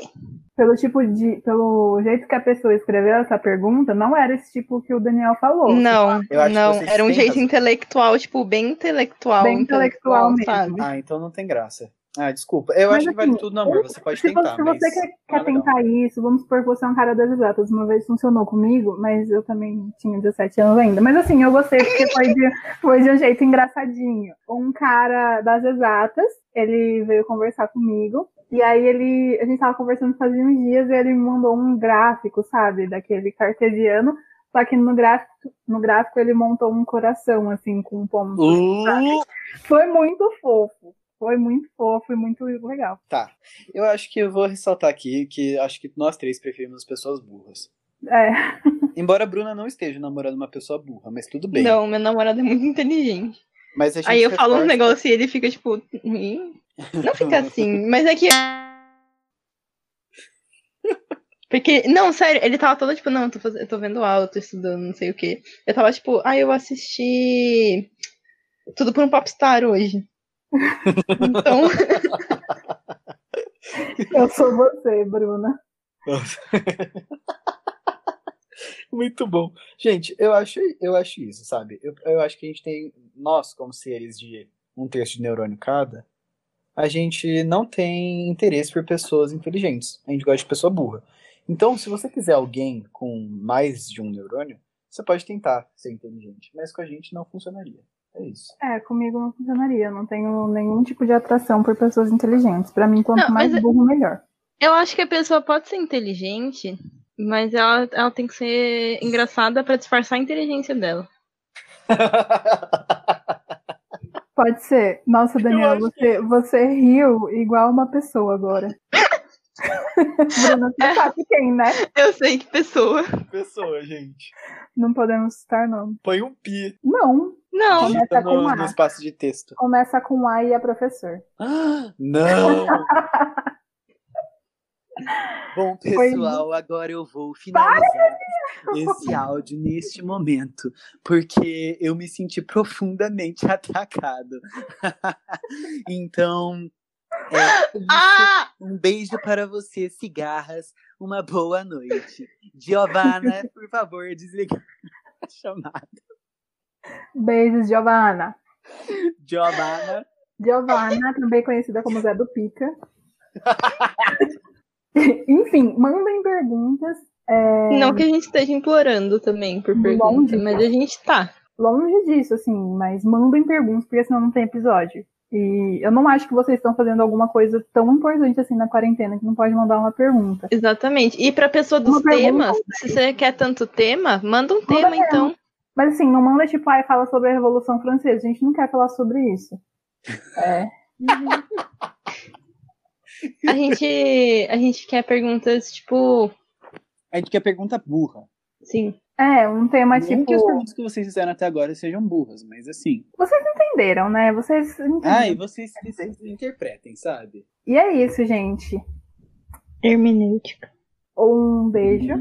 Speaker 3: Pelo tipo de. Pelo jeito que a pessoa escreveu essa pergunta, não era esse tipo que o Daniel falou.
Speaker 4: Não,
Speaker 2: eu acho que
Speaker 4: não.
Speaker 2: vocês
Speaker 4: Era um
Speaker 2: têm
Speaker 4: jeito
Speaker 2: razão.
Speaker 4: intelectual, tipo, bem intelectual.
Speaker 3: Bem intelectual mesmo.
Speaker 2: Ah, então não tem graça. Ah, desculpa. Eu
Speaker 3: Mas
Speaker 2: acho que vale
Speaker 3: assim,
Speaker 2: tudo no amor.
Speaker 3: eu-
Speaker 2: Você pode
Speaker 3: se
Speaker 2: tentar,
Speaker 3: você, se
Speaker 2: mas.
Speaker 3: você quer,
Speaker 2: não é
Speaker 3: quer
Speaker 2: legal.
Speaker 3: tentar isso, vamos supor que você é um cara das exatas. Uma vez funcionou comigo, mas eu também tinha 17 anos ainda. Mas assim, eu gostei porque foi de, foi de um jeito engraçadinho. Um cara das exatas, ele veio conversar comigo. E aí ele, a gente tava conversando fazia uns dias e ele me mandou um gráfico, sabe, daquele cartesiano. Só que no gráfico, no gráfico ele montou um coração, assim, com ponto.
Speaker 2: Uh,
Speaker 3: Foi muito fofo. Foi muito fofo e muito legal.
Speaker 2: tá. Eu acho que eu vou ressaltar aqui que acho que nós três preferimos as pessoas burras.
Speaker 3: É.
Speaker 2: Embora a Bruna não esteja namorando uma pessoa burra, mas tudo bem.
Speaker 4: Não, meu namorado é muito inteligente.
Speaker 2: Mas a gente
Speaker 4: Aí eu falo um
Speaker 2: reforça-
Speaker 4: negócio e ele fica, tipo, "Hum?" não fica assim, mas é que. Porque, não, sério, ele tava todo tipo, não, eu tô, faz- eu tô vendo aula, eu tô estudando, não sei o quê. Eu tava tipo, ah, eu assisti tudo por um popstar hoje. Então,
Speaker 3: Eu sou você, Bruna.
Speaker 2: Muito bom. Gente, eu acho, eu acho isso, sabe? Eu, eu acho que a gente tem, nós, como seres de um terço de neurônio cada, a gente não tem interesse por pessoas inteligentes. A gente gosta de pessoa burra. Então, se você quiser alguém com mais de um neurônio, você pode tentar ser inteligente, mas com a gente não funcionaria. É isso.
Speaker 3: É, comigo não funcionaria. Eu não tenho nenhum tipo de atração por pessoas inteligentes. Pra mim, quanto
Speaker 4: Não,
Speaker 3: mais
Speaker 4: mas- é-
Speaker 3: burro, melhor.
Speaker 4: Eu acho que a pessoa pode ser inteligente, mas ela, ela tem que ser engraçada pra disfarçar a inteligência dela.
Speaker 3: Pode ser. Nossa, Daniela,
Speaker 2: acho
Speaker 3: você, você riu igual uma pessoa agora. Bruna,
Speaker 4: É.
Speaker 3: você sabe quem, né?
Speaker 4: Eu sei que pessoa.
Speaker 2: pessoa, gente.
Speaker 3: Não podemos citar nome.
Speaker 2: Põe um pi.
Speaker 3: Não.
Speaker 4: Não,
Speaker 3: Digita
Speaker 2: Digita
Speaker 3: tá com
Speaker 2: no,
Speaker 3: A.
Speaker 2: no espaço de texto.
Speaker 3: Começa com A e é professor.
Speaker 2: Não! Bom,
Speaker 3: Foi
Speaker 2: pessoal, agora eu vou finalizar esse áudio neste momento, porque eu me senti profundamente atacado. então, é isso.
Speaker 4: Ah!
Speaker 2: um beijo para você, cigarras. Uma boa noite. Giovana, por favor, desliga a chamada.
Speaker 3: Beijos, Giovana.
Speaker 2: Giovana.
Speaker 3: Giovana, também conhecida como Zé do Pica. Enfim, mandem perguntas. é,
Speaker 4: Não que a gente esteja implorando também por pergunta,
Speaker 3: Longe.
Speaker 4: mas a gente tá.
Speaker 3: longe disso, assim, mas mandem perguntas, porque senão não tem episódio. E eu não acho que vocês estão fazendo alguma coisa tão importante assim na quarentena que não pode mandar uma pergunta.
Speaker 4: Exatamente. E pra pessoa dos
Speaker 3: Uma pergunta.
Speaker 4: temas, se você quer tanto tema, manda um tema
Speaker 3: tema.
Speaker 4: então.
Speaker 3: Mas assim, não manda tipo, ai, fala sobre a Revolução Francesa. A gente não quer falar sobre isso. É.
Speaker 4: A gente a gente quer perguntas tipo,
Speaker 2: A gente quer pergunta burra.
Speaker 4: sim.
Speaker 3: É, um tema
Speaker 2: Não que as
Speaker 3: tipo.
Speaker 2: perguntas que vocês fizeram até agora sejam burras, mas assim.
Speaker 3: Vocês entenderam, né? Vocês entenderam.
Speaker 2: Ah, e vocês, vocês interpretem, sabe?
Speaker 3: E é isso, gente.
Speaker 4: Hermenêutica.
Speaker 3: Um
Speaker 2: Uhum.
Speaker 3: beijo.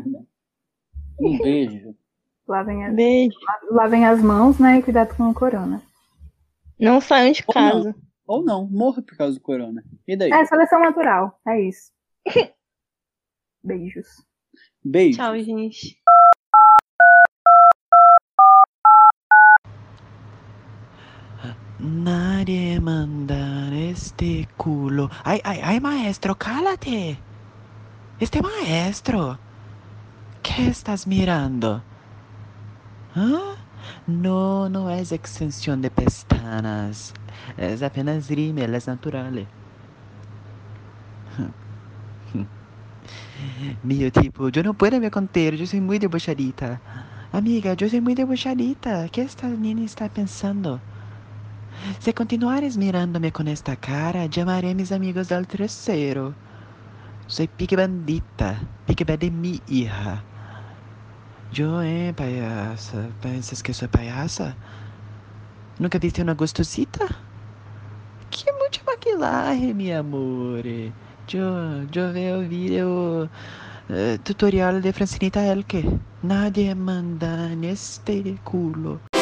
Speaker 2: Um beijo.
Speaker 3: Lavem as,
Speaker 4: Beijo.
Speaker 3: lavem as mãos, né? E cuidado com o corona.
Speaker 4: Não saiam de
Speaker 2: Ou
Speaker 4: casa.
Speaker 2: Ou não, morra por causa do corona. E daí?
Speaker 3: É, seleção natural. É isso. Beijos.
Speaker 2: Beijo.
Speaker 4: Tchau, gente.
Speaker 1: Nadie mandar este culo. Ay, ay, ay, maestro, cálate. Este maestro. ¿Qué estás mirando? ¿Ah? No, no es extensión de pestanas. Es apenas rímel, es natural. Mío tipo, yo no puedo me contar, yo soy muy debochadita. Amiga, yo soy muy debochadita. ¿Qué esta niña está pensando? Se continuares mirándome con esta cara, llamaré a mis amigos del tercero. Soy pique bandita, pique bad de mi hija. Joe, palhaça, eh, pensas que sou palhaça? Nunca viste uma gostosita? Que muita maquilagem, meu amor. Joe, Joe veio ouvir o eh, tutorial de Francinita Elke. Nadie manda neste culo.